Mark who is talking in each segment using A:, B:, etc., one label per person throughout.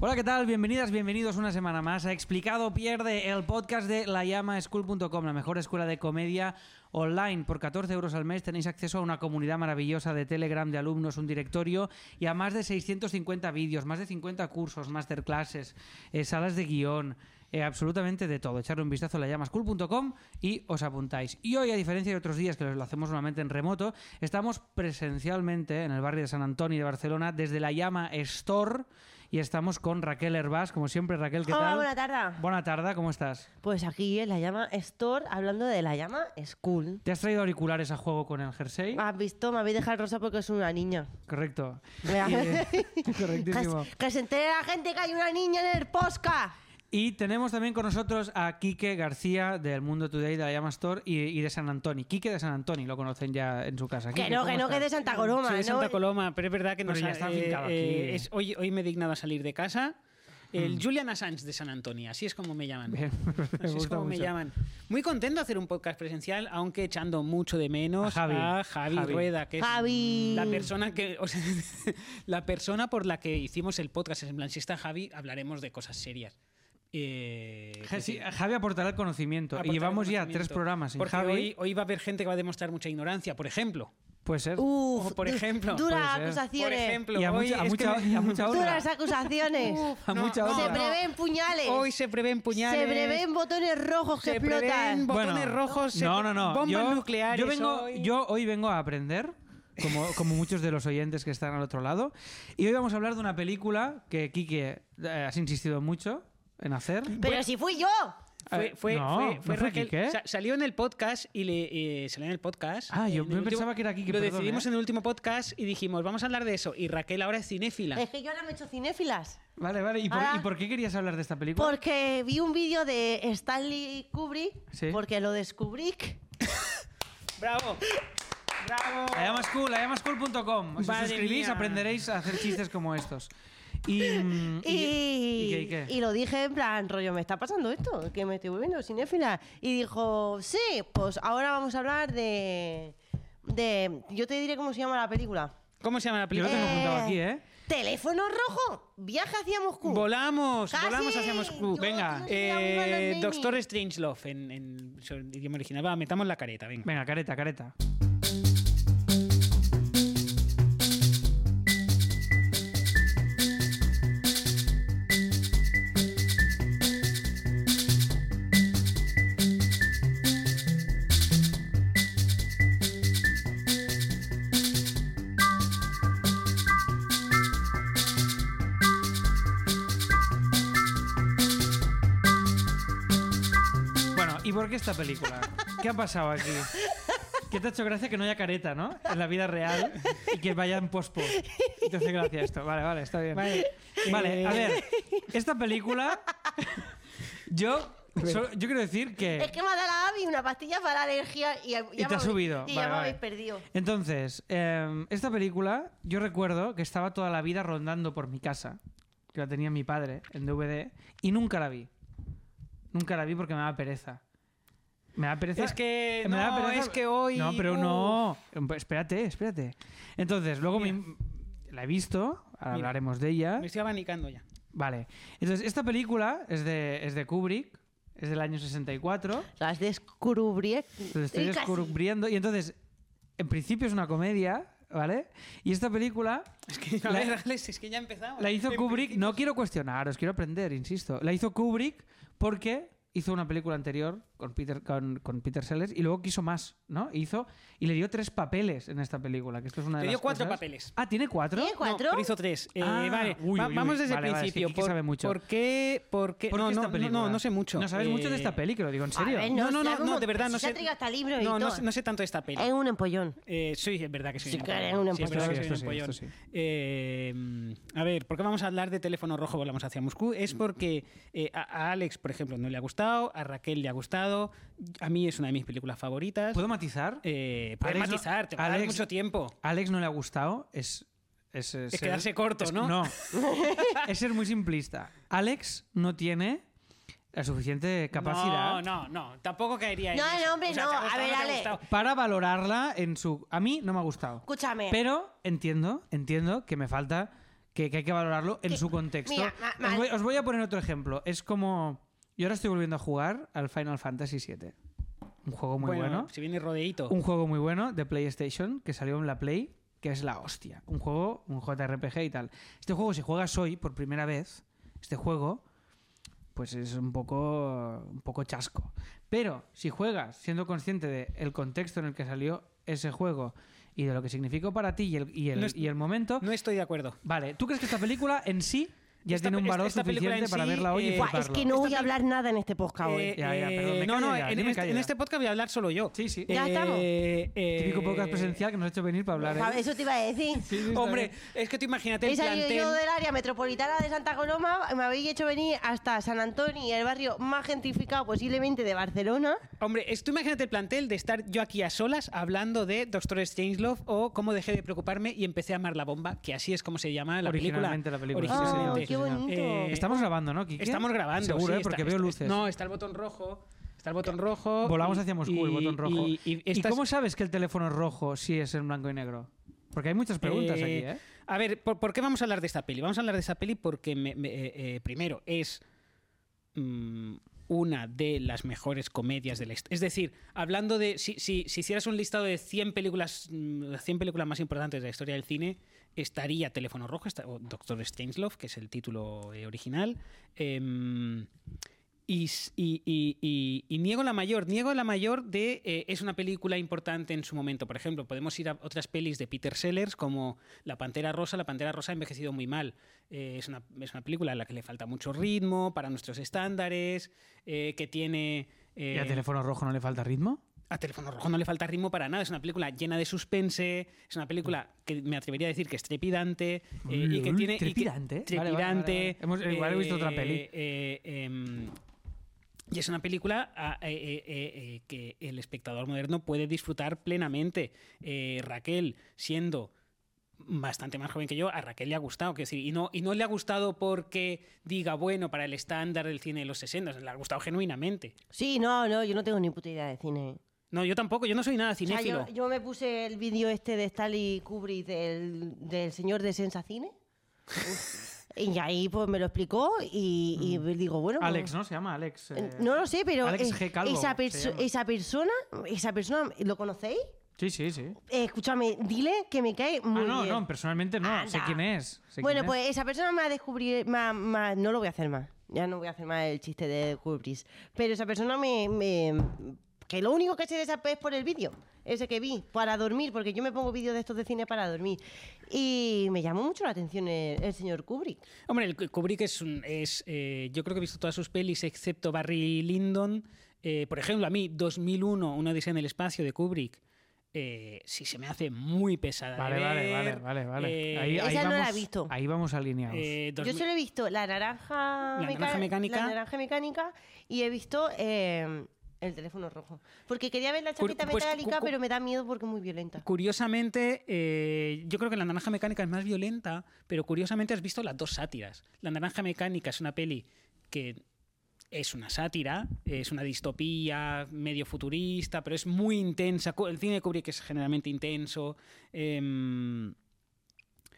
A: Hola, ¿qué tal? Bienvenidas, bienvenidos una semana más a Explicado Pierde, el podcast de layamaschool.com, la mejor escuela de comedia online. Por 14 euros al mes tenéis acceso a una comunidad maravillosa de Telegram, de alumnos, un directorio y a más de 650 vídeos, más de 50 cursos, masterclasses, eh, salas de guión, eh, absolutamente de todo. Echarle un vistazo a layamaschool.com y os apuntáis. Y hoy, a diferencia de otros días que lo hacemos normalmente en remoto, estamos presencialmente en el barrio de San Antonio de Barcelona desde la Llama Store y estamos con Raquel Herbás, como siempre. Raquel, ¿qué
B: Hola,
A: tal?
B: Ah, buena tarde.
A: Buena tarde, ¿cómo estás?
B: Pues aquí en la llama Store, hablando de la llama School.
A: ¿Te has traído auriculares a juego con el jersey?
C: Ah.
B: Has visto, me habéis dejado rosa porque es una niña.
A: Correcto.
B: Vea.
A: Eh, correctísimo.
B: que, que se entere la gente que hay una niña en el posca.
A: Y tenemos también con nosotros a Quique García del Mundo Today, de la Llama Store y, y de San Antoni. Quique de San Antoni, lo conocen ya en su casa.
B: Que
A: Quique,
B: no,
A: ¿cómo
B: que no, que
A: estás?
B: es de Santa Coloma.
C: Soy de Santa
B: ¿no?
C: Coloma, pero es verdad que no
A: Pero ya está
C: sa-
A: afincado aquí.
C: es- hoy, hoy me he dignado a salir de casa. El Julian Assange de San Antonio, así es como me llaman.
A: Mm. Bien, me
C: así es
A: gusta
C: como me
A: mucho.
C: llaman. Muy contento de hacer un podcast presencial, aunque echando mucho de menos
A: A
C: a
A: Javi.
C: Javi,
A: Javi.
C: Rueda, que es
B: Javi.
C: la persona que o sea, la persona por la que hicimos el podcast. En plan, si está Javi, hablaremos de cosas serias. Eh,
A: Ja- sí,
C: que-
A: Javi aportará el conocimiento. y
C: aportar
A: llevamos ya
C: conocimiento.
A: tres programas sin
C: Porque
A: Javi.
C: Hoy, hoy va a haber gente que va a demostrar mucha ignorancia, por ejemplo.
A: Puede Pues ser.
B: Uf,
C: Ojo, por
B: du-
C: ejemplo.
B: Duras
A: Puede ser.
C: Por
B: acusaciones.
C: ejemplo,
A: y a
C: hoy
A: mucha, a
C: es que
A: mucha,
C: me-
A: y a mucha hora.
B: Duras acusaciones.
A: a mucha
B: se
A: hora.
B: prevén puñales.
C: Hoy se prevén puñales.
B: Se prevén botones rojos que
C: se
B: explotan.
C: prevén botones rojos. se
A: no, no, no.
C: Bombas
A: yo,
C: nucleares.
A: Yo, vengo,
C: hoy.
A: yo eh, hoy vengo a aprender, como, como muchos de los oyentes que están al otro lado. Y hoy vamos a hablar de una película que, Quique, eh, has insistido mucho en hacer.
B: Pero si fui yo.
C: Fue, fue,
A: No,
C: fue,
A: ¿no fue
C: fue Raquel.
A: Quique?
C: Sa- salió en el podcast y le. eh, salió en el podcast.
A: Ah, yo
C: En el
A: me pensaba que era Quique,
C: Lo
A: perdón,
C: decidimos
A: ¿eh?
C: en el último podcast y dijimos, vamos a hablar de eso. Y Raquel ahora es cinéfila.
B: Es que yo ahora me he hecho cinéfilas.
A: Vale, vale. ¿Y por,
B: Ahora-
A: y por qué querías hablar de esta película?
B: Ah. Porque vi un vídeo de Stanley Kubrick,
A: Sí.
B: porque lo descubrí.
C: ¡Bravo! ¡Bravo!
A: La llamas cool, la llamas cool.com. Si os
C: Madre
A: suscribís
C: mía.
A: aprenderéis a hacer chistes como estos. Y... mm,
B: Y,
A: y- ¿y qué, y qué?
B: y lo dije en plan, rollo, me está pasando esto, que me estoy volviendo cinéfila. Y dijo, sí, pues ahora vamos a hablar de. de yo te diré cómo se llama la película.
C: ¿Cómo se llama la
A: Yo lo
C: película?
A: tengo apuntado aquí, ¿eh?
B: Teléfono rojo, viaje hacia Moscú.
C: Volamos,
B: Casi.
C: volamos hacia Moscú.
B: Yo
C: Venga,
B: quiero ser la una de los
C: eh,
B: Navy.
C: Doctor Strangelove en, en su idioma original. Va, metamos la careta, venga.
A: Venga, careta, careta. Bueno, ¿y por qué esta película? ¿Qué ha pasado aquí? ¿Qué te ha hecho gracia que no haya careta, no? En la vida real y que vaya en pospo. Y Te hace gracia esto. Vale, vale, está bien. Vale,
C: Vale. Eh,
A: a ver. Esta película. Yo. so- yo quiero decir
B: Es
A: que.
B: que me ha dado la Abby una pastilla para la alergia y, ya
A: Y
B: me
A: te ha
B: habéis-
A: subido. Vale,
B: Y ya me
A: vale.
B: habéis perdido.
A: Entonces, eh, esta película, yo recuerdo que estaba toda la vida rondando por mi casa. Que la tenía mi padre en DVD. Y nunca la vi. Nunca la vi porque me daba pereza. Me da pereza.
C: Es que
A: me daba
C: no,
A: pereza-
C: es que hoy-
A: No, pero
C: uf.
A: no. Em, Espérate, espérate. Entonces, luego me- la he visto. Ahora
C: Mira.
A: hablaremos de ella.
C: Uh, Me estoy abanicando ya.
A: Vale. Entonces, esta película es de, es de Kubrick. Es del año 64.
B: Las descubrí.
A: Lo estoy
B: Casi.
A: descubriendo. Y entonces, en principio es una comedia, ¿vale? Y esta película
C: Es que, a
A: La-
C: ver, Alex, es que ya empezamos. Em-
A: la hizo
C: En
A: Kubrick.
C: principio-
A: No quiero cuestionaros, quiero aprender, insisto. La hizo Kubrick porque hizo una película anterior con Peter, con, con Peter Sellers y luego quiso más, ¿no? Hizo y le dio tres papeles en esta película, que esto es una de
C: Le
A: las
C: dio cuatro
A: cosas.
C: papeles.
A: Ah, ¿tiene cuatro?
B: ¿Tiene
C: No,
B: cuatro?
C: pero hizo tres. Eh,
A: Ah,
C: vale,
A: uy,
C: va-
A: uy, uy.
C: vamos desde
A: Vale,
C: el
A: vale, es que
C: principio.
A: Kiki sabe mucho.
C: ¿Por qué? ¿Por qué?
A: ¿Por
C: no,
A: qué esta
C: no, no,
A: película?
C: no, no sé mucho. Eh,
A: No sabes mucho de esta
C: película
A: peli, que lo digo en
B: A
A: serio.
B: ver,
C: No, no,
B: se
C: no,
B: haga un
C: no,
B: mon-
C: de verdad,
B: si
C: no
B: se ha
C: sé.
B: traído hasta libro y
C: no, no,
B: todo.
C: no sé tanto de esta peli.
B: Es un empollón.
C: Eh, sí, es verdad que soy
B: Sí,
C: un
B: que
C: empollón.
B: eres un
C: Sí, es verdad
A: empollón.
C: que soy un
A: Esto sí, esto
C: empollón.
A: sí, esto
C: Eh, mm, a ver, ¿por qué vamos a hablar de teléfono rojo volamos hacia Moscú? Es porque eh, a a Alex, por ejemplo, no le ha gustado, a Raquel le ha gustado, a mí es una de mis películas favoritas.
A: ¿Puedo matizar?
C: Eh, puedes
A: Alex no-
C: matizar, te va a dar
A: Alex-
C: mucho tiempo.
A: Alex no le ha gustado es... Es, eh,
C: Es
A: ser-
C: quedarse corto,
A: es-
C: ¿no?
A: No. es ser muy simplista. Alex no tiene la suficiente capacidad
C: No, no, no, tampoco caería en
B: No,
C: eso.
B: no, hombre,
C: O sea,
B: no.
C: ¿te ha
B: A
C: gustado,
B: ver,
C: no te ha
B: Ale.
C: gustado?
A: para valorarla en su... A mí no me ha gustado.
B: Escúchame.
A: Pero entiendo, entiendo que me falta que, que hay que valorarlo en
B: Que-
A: su contexto.
B: mira, ma- ma-
A: os, voy, os voy a poner otro ejemplo. Es como. Yo ahora estoy volviendo a jugar al Final Fantasy VII. Un juego muy bueno.
C: Si viene rodeíto.
A: Un juego muy bueno de PlayStation que salió en la Play, que es la hostia. Un juego, un JRPG y tal. Este juego, si juegas hoy por primera vez, este juego, pues es un poco, un poco chasco. Pero si juegas siendo consciente del contexto en el que salió ese juego y de lo que significó para ti y el, y el-
C: No es-
A: y el momento,
C: No estoy de acuerdo.
A: vale, ¿tú crees que esta película en sí ya
C: Esta
A: tiene un
C: pe-
A: valor
C: esta película
A: suficiente
C: en
A: para
C: sí,
A: verla hoy y
C: eh,
B: Buah,
A: fliparlo?
B: es que no voy a hablar nada en este podcast hoy.
C: Eh,
A: Ya, ya, pero
C: eh,
A: me
C: no,
A: callo
C: no,
A: ya,
C: en,
A: dime,
C: este,
A: calla
C: en
A: ya.
C: este podcast voy a hablar solo yo. Eh,
A: Sí, sí.
B: Ya estamos.
A: Típico podcast presencial que nos ha hecho venir para hablar. ¿eh?
B: Joder, Eso te iba a decir.
C: Hombre, es que tú imagínate
B: He
C: el
B: salido
C: plantel.
B: yo del área metropolitana de Santa Coloma, me habéis hecho venir hasta San Antonio, el barrio más gentrificado posiblemente de Barcelona.
C: Hombre, es- tú imagínate el plantel de estar yo aquí a solas hablando de Doctor Strangelove o cómo dejé de preocuparme y empecé a amar la bomba, que así es como se llama la
A: Originalmente
C: película.
A: la película, sí,
B: ¡Oh,
A: señor.
C: Originalmente.
B: qué bonito!
C: Eh,
A: Estamos grabando, ¿no, Quique?
C: Estamos grabando.
A: Seguro,
C: sí,
A: ¿eh? porque
C: está-
A: veo
C: está-
A: luces.
C: No, está el botón rojo. Está el botón rojo.
A: Volamos
C: y-
A: hacia Moscú, el
C: y-
A: botón rojo.
C: Y, y
A: ¿Y
C: estas-
A: cómo sabes que el teléfono es rojo si es en blanco y negro? Porque hay muchas preguntas
C: Eh,
A: aquí, ¿eh?
C: A ver, ¿por, por qué vamos a hablar de esta peli? Vamos a hablar de esta peli porque, me- me- eh, eh, primero, es mm, una de las mejores comedias del est- Es decir, hablando de. Si, si- si hicieras un listado de 100 películas, mm, las 100 películas más importantes de la historia del cine, estaría Teléfono Rojo, esta- o Doctor Strangelove, que es el título eh, original. em, y, s- y- y- y- y niego la mayor. Niego la mayor de. eh, es una película importante en su momento. Por ejemplo, podemos ir a otras pelis de Peter Sellers como La Pantera Rosa. La Pantera Rosa ha envejecido muy mal. Eh, es, una, es una película a la que le falta mucho ritmo para nuestros estándares, eh, que tiene.
A: ¿Y a
C: eh,
A: teléfono rojo no le falta ritmo?
C: a Teléfono Rojo no le falta ritmo para nada. Es una película llena de suspense. Es una película que me atrevería a decir que es trepidante. eh, y que
A: Uy,
C: tiene, y que-
A: trepidante, ¿eh? Vale, vale, vale,
C: Trepidante.
A: vale. Hemos- igual he visto otra peli.
C: eh, em, y es una película ah, eh, eh, eh, eh, que el espectador moderno puede disfrutar plenamente. Eh, Raquel, siendo bastante más joven que yo, a Raquel le ha gustado. Quiero decir, y, no, y no le ha gustado porque diga, bueno, para el estándar del cine de los 60, le ha gustado genuinamente.
B: Sí, no, no, yo no tengo ni puta idea de cine.
C: No, yo tampoco, yo no soy nada
B: O sea,
C: cinéfilo.
B: yo, yo me puse el vídeo este de Stanley Kubrick del, del señor de Sensacine. y ahí pues me lo explicó y, y digo, bueno... pues-
A: Mm. Alex, ¿no? Se llama Alex. eh.
B: No lo sé, pero
A: Alex
B: eh,
A: G. Calvo
B: esa,
A: se
B: perso-
A: llama.
B: esa persona, esa persona, ¿lo conocéis?
A: Sí, sí, sí.
B: Eh, escúchame, dile que me cae
A: Ah,
B: muy
A: no,
B: bien.
A: no, personalmente no.
B: Anda.
A: Sé quién es. sé
B: bueno,
A: quién es.
B: pues esa persona me ha descubrir, me ha- me ha- no lo voy a hacer más. Ya no voy a hacer más el chiste de Kubrick. Pero esa persona me, me- que lo único que sé de esa es por el vídeo, ese que vi para dormir, porque yo me pongo vídeos de estos de cine para dormir y me llamó mucho la atención el, el señor Kubrick.
C: Hombre, el Kubrick es un. Es, eh, yo creo que he visto todas sus pelis excepto Barry Lyndon. Eh, por ejemplo, a mí, 2001, Una Odisea en el Espacio de Kubrick. eh, sí, se me hace muy pesada. de
A: Vale, vale, vale,
C: ver.
A: vale, vale.
C: Eh,
A: ahí, ahí
B: pues, Esa no la
A: vamos,
B: he visto.
A: Ahí vamos alineados.
C: eh, dos
B: Yo
C: mil-
B: solo he visto la naranja,
C: La naranja mecánica.
B: la naranja mecánica y he visto eh, el teléfono rojo, porque quería ver la
C: Cur-
B: chaqueta
C: pues,
B: metálica,
C: cu- cu-
B: pero me da miedo porque es muy violenta.
C: Curiosamente, eh, yo creo que La Naranja Mecánica es más violenta, pero curiosamente has visto las dos sátiras. La Naranja Mecánica es una peli que es una sátira, es una distopía medio futurista, pero es muy intensa. Cu- El cine de Kubrick es generalmente intenso. em,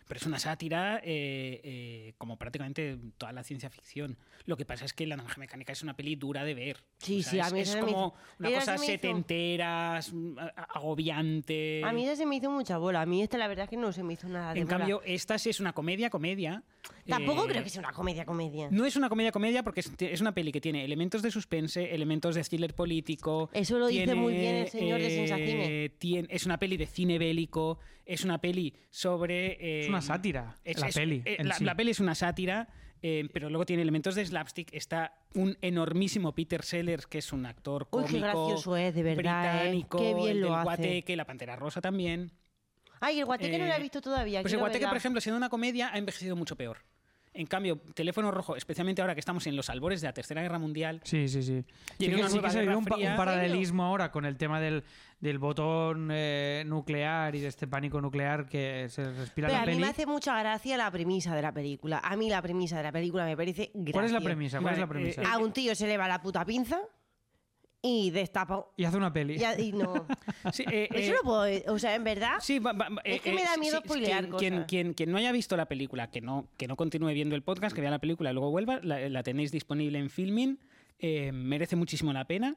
C: pero es una sátira eh, eh, como prácticamente toda la ciencia ficción. Lo que pasa es que La Naranja Mecánica es una peli dura de ver.
B: Sí, sí, a
C: es-
B: mí
C: es,
B: se me
C: como
B: hizo-
C: una
B: mira,
C: cosa
B: se me hizo-
C: setentera, es un- mm, a- a- agobiante.
B: A mí esa se me hizo mucha bola. A mí esta la verdad es que no se me hizo nada de
C: Eh, En
B: bola.
C: cambio, esta sí es una comedia, comedia.
B: Tampoco
C: Eh,
B: creo que sea una comedia comedia.
C: No es una comedia, comedia, porque es, es una peli que tiene elementos de suspense, elementos de thriller político.
B: Eso lo dice
C: tiene, eh,
B: muy bien el señor de Sensacine.
C: tien- es una peli de cine bélico, es una peli sobre.
A: es
C: eh,
A: una sátira.
C: es-
A: la
C: es-
A: peli.
C: eh,
A: en
C: la,
A: sí.
C: la peli es una sátira, eh, pero luego tiene elementos de slapstick. Está un enormísimo Peter Sellers, que es un actor
B: Uy,
C: cómico.
B: qué gracioso es, de verdad, ¿eh?
C: Británico,
B: Qué bien
C: el
B: lo
C: del
B: hace.
C: Guateque, la Pantera Rosa también.
B: Ay, el guateque no lo he
C: Eh,
B: visto todavía.
C: Pues el
B: quiero
C: Guateque,
B: verla.
C: por ejemplo, siendo una comedia, ha envejecido mucho peor. En cambio, Teléfono Rojo, especialmente ahora que estamos en los albores de la Tercera Guerra Mundial,
A: Sí, sí, sí. Sí
C: Tiene
A: que,
C: una
A: sí que
C: nueva
A: se vive
C: Guerra
A: un, pa- un
C: Fría. ¿En
A: paralelismo ahora con el tema del, del botón eh, nuclear y de este pánico nuclear que se respira en
B: Pero a
A: la
B: mí
A: peli.
B: me hace mucha gracia la premisa de la película. A mí la premisa de la película me parece graciosa.
C: eh,
A: ¿Cuál es la premisa? ¿Cuál es la
C: Vale,
A: premisa?
C: eh,
B: A un tío se le va la puta pinza y destapa.
A: Y hace una peli.
B: Ya- y no.
C: Sí, eh, eh,
B: Eso no puedo. O sea, en verdad.
C: Sí, va- va-
B: Es que me da miedo spoilear
C: quien, quien,
B: cosas.
C: quien- quien no haya visto la película, que no, que no continúe viendo el podcast, que vea la película y luego vuelva, la, la tenéis disponible en Filmin. eh, merece muchísimo la pena.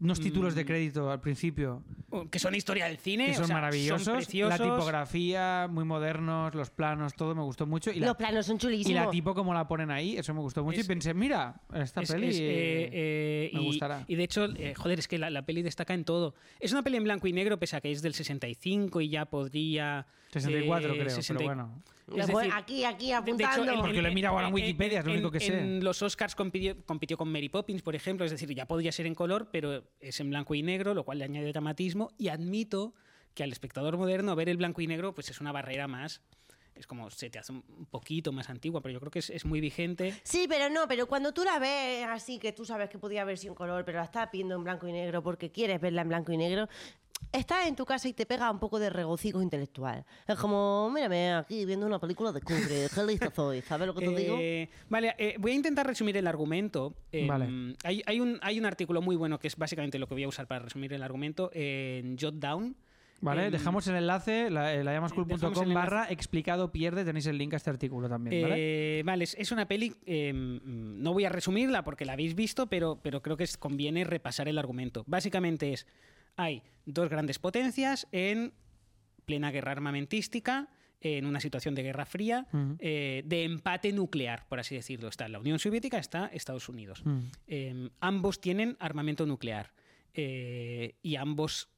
A: Unos títulos de
C: Mm.
A: crédito al principio
C: o- Que son historia del cine.
A: que
C: o
A: son
C: sea,
A: maravillosos.
C: preciosos.
A: La tipografía, muy modernos, los planos, todo me gustó mucho. Y la,
B: Los planos son
A: y
B: chulísimos.
A: la tipo como la ponen ahí, eso me gustó mucho.
C: Es-
A: y pensé, mira, esta
C: Es-
A: peli.
C: es, eh,
A: eh,
C: eh,
A: me
C: y,
A: gustará.
C: y de hecho, eh, joder, es que la, la peli destaca en todo. Es una peli en blanco y negro, pese a que es del 65 y ya podría.
A: 64
C: eh,
A: creo,
C: 60 y-
A: pero bueno.
B: Lo
C: es
B: pone
C: decir,
B: aquí, aquí,
C: De- de hecho,
B: apuntando.
C: en-
A: Porque
C: en-
A: lo he mirado ahora en
C: en-
A: Wikipedia, es lo
C: en-
A: único que sé.
C: En los Oscars compitió, compitió con Mary Poppins, por ejemplo, es decir, ya podría ser en color, pero es en blanco y negro, lo cual le añade dramatismo. Y admito que al espectador moderno ver el blanco y negro pues es una barrera más. Es como se te hace un poquito más antigua, pero yo creo que es, es muy vigente.
B: Sí, pero no, pero cuando tú la ves así, que tú sabes que podía haber sido en color, pero la estás viendo en blanco y negro porque quieres verla en blanco y negro, estás en tu casa y te pega un poco de regocijo intelectual. Es como, mírame aquí viendo una película de Kubrick, qué lista soy, ¿sabes lo que te digo?
C: Eh, vale, eh, voy a intentar resumir el argumento. Eh,
A: Vale.
C: Hay, hay un, hay un artículo muy bueno que es básicamente lo que voy a usar para resumir el argumento en Jot Down.
A: Vale,
C: em,
A: dejamos el enlace, la, eh, lallamascool.com
C: dejamos el enlace.
A: barra explicado pierde, tenéis el link a este artículo también, ¿vale?
C: Eh, vale, es, es una peli. eh, mm, no voy a resumirla porque la habéis visto, pero, pero creo que es- conviene repasar el argumento. Básicamente es: hay dos grandes potencias en plena guerra armamentística, en una situación de guerra fría,
A: Ujú.
C: eh, de empate nuclear, por así decirlo. Está la Unión Soviética, está Estados Unidos.
A: Mm.
C: Eh, ambos tienen armamento nuclear eh, y ambos,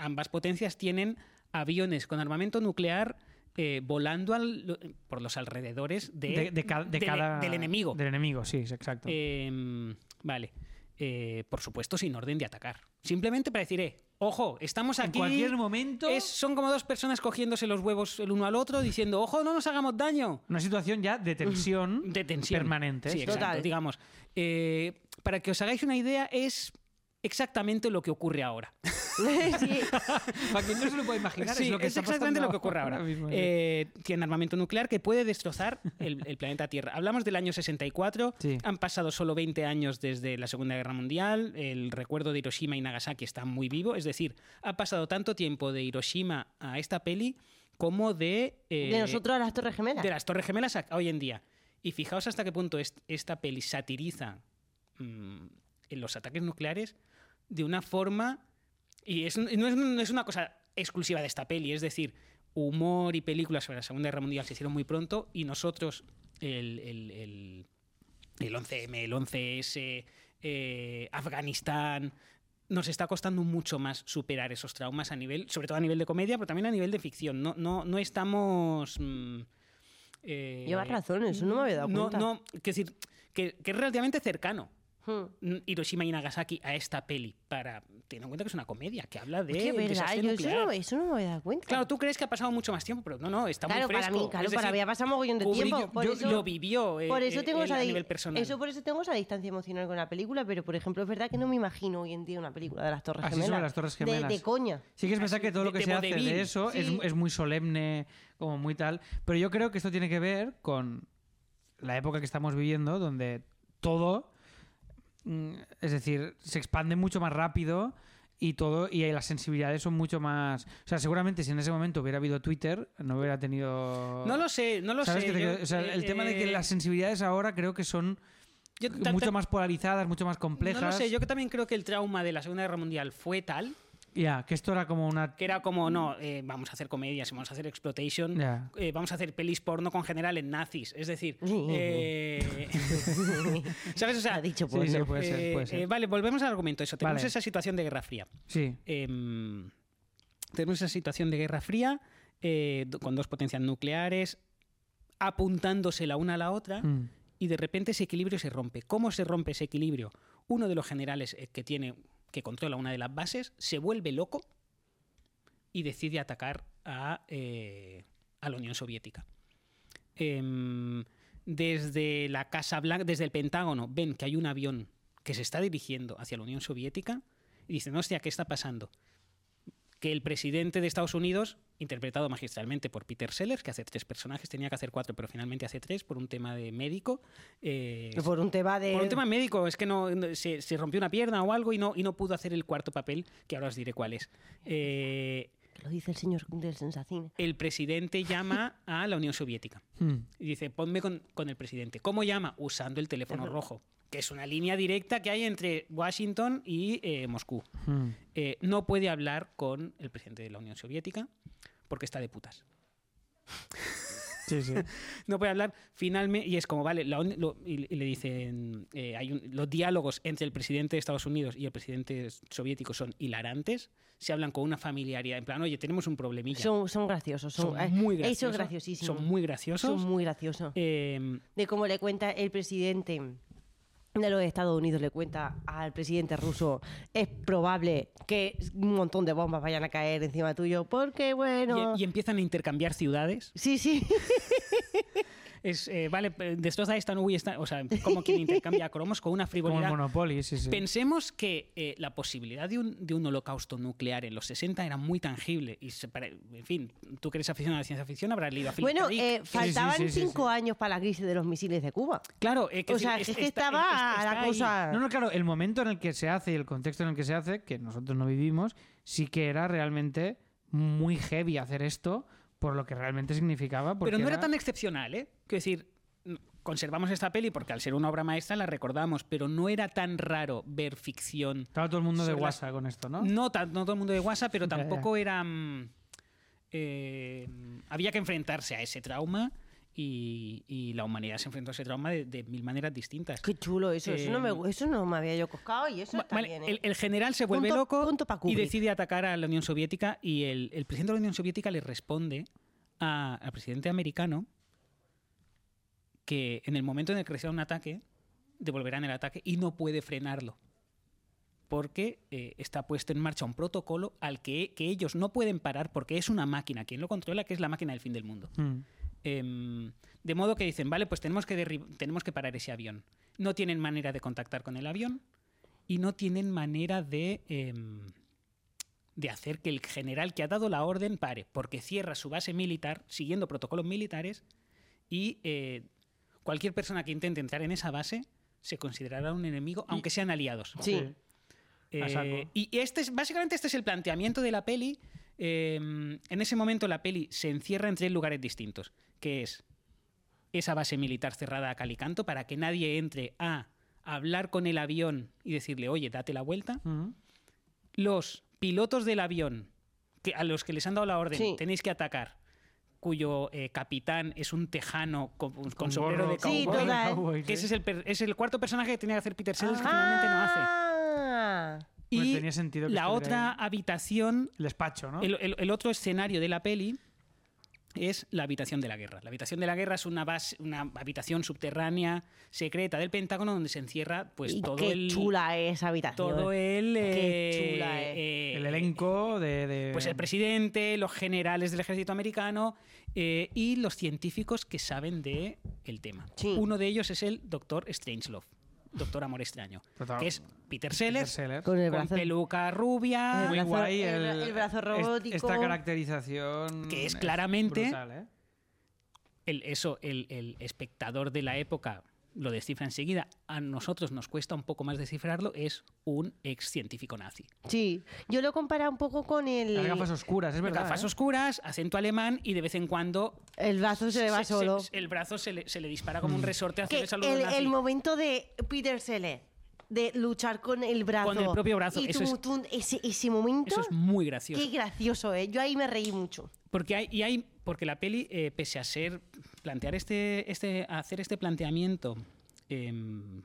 C: ambas potencias tienen aviones con armamento nuclear eh, volando al- por los alrededores de,
A: de, de ca- de
C: del- e,
A: cada-
C: del enemigo.
A: Del enemigo, sí, sí, exacto.
C: Eh, vale. Eh, por supuesto, sin orden de atacar. Simplemente para decir, eh, ojo, estamos
A: en
C: aquí.
A: cualquier momento,
C: Es- son como dos personas cogiéndose los huevos el uno al otro, diciendo, ojo, no nos hagamos daño
A: una situación ya de tensión.
C: de tensión.
A: Permanente,
C: Sí,
A: sí.
C: exacto,
B: Total.
C: digamos. Eh, para que os hagáis una idea, es exactamente lo que ocurre ahora.
B: Sí.
A: Para quien no se lo pueda imaginar,
C: Sí,
A: es lo que
C: es
A: está
C: exactamente
A: pasando
C: lo que ocurre ahora.
A: mismo, sí.
C: Eh, tiene armamento nuclear que puede destrozar el, el planeta Tierra. Hablamos del año 64,
A: Sí.
C: han pasado solo 20 años desde la Segunda Guerra Mundial, el recuerdo de Hiroshima y Nagasaki está muy vivo, es decir, ha pasado tanto tiempo de Hiroshima a esta peli como de... eh,
B: de nosotros a las Torres Gemelas.
C: de las Torres Gemelas a- hoy en día. Y fijaos hasta qué punto est- esta peli satiriza mm, en los ataques nucleares de una forma. Y es un- y no, es, un- no es una cosa exclusiva de esta peli, es decir, humor y películas sobre la Segunda Guerra Mundial se hicieron muy pronto y nosotros, el, el- el- el 11M, el 11S, eh, Afganistán. Nos está costando mucho más superar esos traumas a nivel, sobre todo a nivel de comedia, pero también a nivel de ficción. No, no, no estamos. mm, eh,
B: Llevas razón, eso no me había dado
C: no,
B: cuenta.
C: No, quiero decir, que, que es relativamente cercano
B: Hmm.
C: mm, Hiroshima y Nagasaki a esta peli, para teniendo en cuenta que es una comedia que habla de
B: Es que es verdad,
C: desastre
B: yo eso,
C: nuclear.
B: no, eso no me había dado cuenta.
C: Claro, tú crees que ha pasado mucho más tiempo, pero no, no, está
B: Claro,
C: muy fresco.
B: para mí, claro,
C: Es
B: para
C: decir,
B: mí ha pasado mogollón de
C: Kubrick
B: tiempo. Por
C: yo-
B: eso,
C: lo vivió eh,
B: por eso
C: eh,
B: tengo
C: él
B: esa
C: a
B: di-
C: nivel personal.
B: Eso por eso tengo esa distancia emocional con la película, pero por ejemplo, es verdad que no me imagino hoy en día una película de las Torres
C: Ah,
A: Así son
B: Gemelas.
A: las Torres
B: De-
A: Gemelas.
B: De, coña.
A: Sí que es verdad que todo lo
C: de-
A: que
C: de
A: se hace
C: vodevil.
A: de eso es,
B: Sí.
A: es muy solemne, como muy tal. Pero yo creo que esto tiene que ver con la época que estamos viviendo, donde todo, mm, es decir, se expande mucho más rápido y todo y las sensibilidades son mucho más. O sea, seguramente si en ese momento hubiera habido Twitter, no hubiera tenido.
C: No lo sé, no lo
A: ¿Sabes
C: sé.
A: qué te
C: yo-
A: quiero- o sea, el tema de que
C: eh,
A: las sensibilidades ahora creo que son
C: yo ta- ta-
A: mucho más polarizadas, mucho más complejas.
C: No lo sé, yo que también creo que el trauma de la Segunda Guerra Mundial fue tal
A: Ya, que esto era como una.
C: que era como, no, eh, vamos a hacer comedias, vamos a hacer exploitation,
A: Mm. Ya.
C: eh, vamos a hacer pelis porno con generales nazis. Es decir, eh, ¿sabes? O sea,
B: ha dicho
A: Sí,
B: por
A: sí,
B: eso.
A: puede ser,
C: eh,
A: puede
C: eh,
A: ser.
C: vale, volvemos al argumento. Eso, tenemos
A: Vale.
C: esa situación de Guerra Fría.
A: Sí.
C: Em, tenemos esa situación de Guerra Fría eh, do- con dos potencias nucleares apuntándose la una a la otra
A: Mm.
C: y de repente ese equilibrio se rompe. ¿Cómo se rompe ese equilibrio? Uno de los generales eh, que tiene que controla una de las bases se vuelve loco y decide atacar a, eh, a la Unión Soviética. Em, desde la Casa Blanca, desde el Pentágono, ven que hay un avión que se está dirigiendo hacia la Unión Soviética y dicen, hostia, ¿qué está pasando? que el presidente de Estados Unidos, interpretado magistralmente por Peter Sellers, que hace tres personajes, tenía que hacer cuatro, pero finalmente hace tres por un tema de médico. eh,
B: Por un tema de.
C: por un tema médico, es que no, no- se, se rompió una pierna o algo y no, y no pudo hacer el cuarto papel, que ahora os diré cuál es. Eh,
B: Lo dice el señor del Sensacine.
C: el presidente llama a la Unión Soviética
A: Hmm.
C: y dice, ponme con, con el presidente. ¿Cómo llama? Usando el teléfono
B: Ajá.
C: rojo, que es una línea directa que hay entre Washington y eh, Moscú.
A: Hmm.
C: Eh, no puede hablar con el presidente de la Unión Soviética porque está de putas.
A: Sí, sí.
C: No puede hablar finalmente, y es como, vale, la uni- lo- y, y le dicen, eh, hay un- los diálogos entre el presidente de Estados Unidos y el presidente soviético son hilarantes, se hablan con una familiaridad, en plan, oye, tenemos un problemilla.
B: Son, son graciosos. Son,
C: Son
B: eh,
C: muy
B: eh,
C: graciosos.
B: Son graciosísimos.
C: Son muy graciosos.
B: Son muy graciosos.
C: Eh,
B: De cómo le cuenta el presidente de los Estados Unidos, le cuenta al presidente ruso, es probable que un montón de bombas vayan a caer encima tuyo, porque bueno...
C: y, y empiezan a intercambiar ciudades.
B: Sí, sí.
C: Es, eh, vale, eh, destroza esta nube, y esta, o sea, como quien intercambia cromos con una
A: Como el
C: frivolidad.
A: Monopoly, sí, sí.
C: Pensemos que eh, la posibilidad de un, de un holocausto nuclear en los 60 era muy tangible. Y se pare- en fin, tú que eres aficionado a la ciencia ficción habrás leído a Philip
B: bueno,
C: K. Dick.
B: eh, faltaban
A: sí, sí,
B: cinco años para la crisis de los misiles de Cuba.
C: claro, eh, que
B: O
C: decir,
B: sea,
C: es-
B: es que
C: está-
B: estaba
C: es- está
B: la
C: ahí.
B: cosa...
A: No, no, claro, el momento en el que se hace y el contexto en el que se hace, que nosotros no vivimos, sí que era realmente muy heavy hacer esto por lo que realmente significaba. porque
C: Pero no era tan excepcional, ¿eh? Quiero decir, n- conservamos esta peli porque al ser una obra maestra la recordamos, pero no era tan raro ver ficción.
A: Estaba todo el mundo de
C: sobre las-
A: guasa con esto, ¿no?
C: No, tan- no todo el mundo de WhatsApp, pero
A: Ya, ya.
C: tampoco era. mm, eh, había que enfrentarse a ese trauma. Y, y la humanidad se enfrentó a ese trauma de- de mil maneras distintas.
B: Qué chulo eso. Eso, no
C: Em,
B: me, eso no me había yo coscado y eso
C: Va-
B: está
C: vale,
B: bien, ¿eh?
C: el, el general se vuelve
B: Punto-
C: loco
B: punto pa'
C: y
B: Kubrick.
C: decide atacar a la Unión Soviética y el, el presidente de la Unión Soviética le responde a- al presidente americano que en el momento en el que reciba un ataque, devolverán el ataque y no puede frenarlo. Porque eh, está puesto en marcha un protocolo al que, que ellos no pueden parar porque es una máquina. Quien lo controla, que es la máquina del fin del mundo.
A: Hmm.
C: Em, de modo que dicen, vale, pues tenemos que, derrib- tenemos que parar ese avión. No tienen manera de contactar con el avión y no tienen manera de, em, de hacer que el general que ha dado la orden pare, porque cierra su base militar siguiendo protocolos militares y eh, cualquier persona que intente entrar en esa base se considerará un enemigo, aunque sean aliados.
B: Sí.
A: A
C: Eh,
A: saco.
C: y y este es, básicamente este es el planteamiento de la peli. Eh, en ese momento la peli se encierra en tres lugares distintos, que es esa base militar cerrada a calicanto para que nadie entre a hablar con el avión y decirle, oye, date la vuelta.
A: Hmm.
C: Los pilotos del avión que, a los que les han dado la orden,
B: Sí.
C: tenéis que atacar, cuyo eh, capitán es un tejano con, con
A: Con
C: sombrero
A: gorro
C: de
B: Sí,
C: cowboy,
B: toda- total.
A: cowboy,
C: que
A: sí.
C: ese es el, per- es el cuarto personaje que tenía que hacer Peter Sellers, que finalmente no hace.
B: Ah,
A: Pues
C: Y
A: tenía sentido que
C: la
A: estuviera
C: otra
A: ahí.
C: habitación,
A: El despacho, ¿no?
C: el, el- el otro escenario de la peli es la habitación de la guerra. La habitación de la guerra es una base, una habitación subterránea secreta del Pentágono donde se encierra pues
B: y
C: todo
B: qué
C: el
B: chula es habitación.
C: todo el
B: Qué chula,
C: eh,
A: El elenco de... de-
C: pues el presidente, los generales del ejército americano eh, y los científicos que saben de el tema.
B: Sí.
C: Uno de ellos es el doctor Strangelove, doctor amor extraño,
A: Total.
C: que es Peter
A: Peter
C: Sellers,
A: Sellers.
B: Con el
C: con
B: brazo.
C: peluca rubia,
B: El
A: Muy
B: brazo-
A: guay
B: el- el brazo
A: est-
B: robótico.
A: Esta caracterización...
C: Que es claramente-
A: brutal, ¿eh?
C: el, eso, el, el espectador de la época lo descifra enseguida. A nosotros nos cuesta un poco más descifrarlo. Es un ex científico nazi.
B: Sí, yo lo comparaba un poco con
A: Las
B: el.
A: gafas oscuras, es verdad.
C: Gafas
A: ¿eh?
C: oscuras, acento alemán y de vez en cuando
B: El brazo se le va solo. Mm.
C: se- el brazo se le, se le dispara como un resorte hacia
B: Que
C: el saludo
B: el,
C: nazi.
B: el momento de Peter Selle de luchar con el brazo.
C: Con el propio brazo,
B: Y
C: eso
B: tum,
C: es-
B: tum, ese, ese momento.
C: Eso es muy gracioso.
B: Qué gracioso, ¿eh? Yo ahí me reí mucho.
C: Porque hay, y hay, porque la peli, eh, pese a ser plantear este, este, a hacer este planteamiento, em,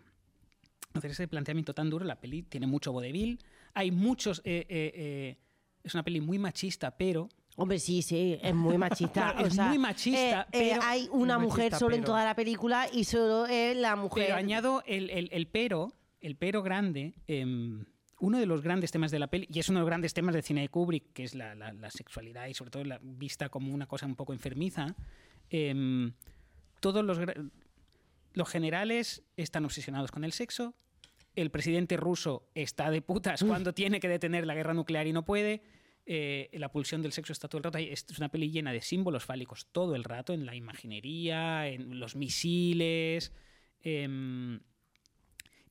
C: hacer este planteamiento tan duro, la peli tiene mucho vodevil, hay muchos, eh, eh, eh, es una peli muy machista, pero
B: Hombre, sí, sí, es muy machista.
C: Claro,
B: o
C: es
B: sea,
C: muy machista, pero-
B: eh, hay una
A: Muy
B: mujer
A: machista,
B: solo en
A: pero-
B: toda la película y solo es la mujer.
C: Pero añado el, el- el pero, el pero grande. em, uno de los grandes temas de la peli, y es uno de los grandes temas de cine de Kubrick, que es la, la- la sexualidad y sobre todo la vista como una cosa un poco enfermiza. em, todos los, gra- los generales están obsesionados con el sexo. El presidente ruso está de putas cuando tiene que detener la guerra nuclear y no puede. eh, la pulsión del sexo está todo el rato ahí. Es una peli llena de símbolos fálicos todo el rato, en la imaginería, en los misiles. em,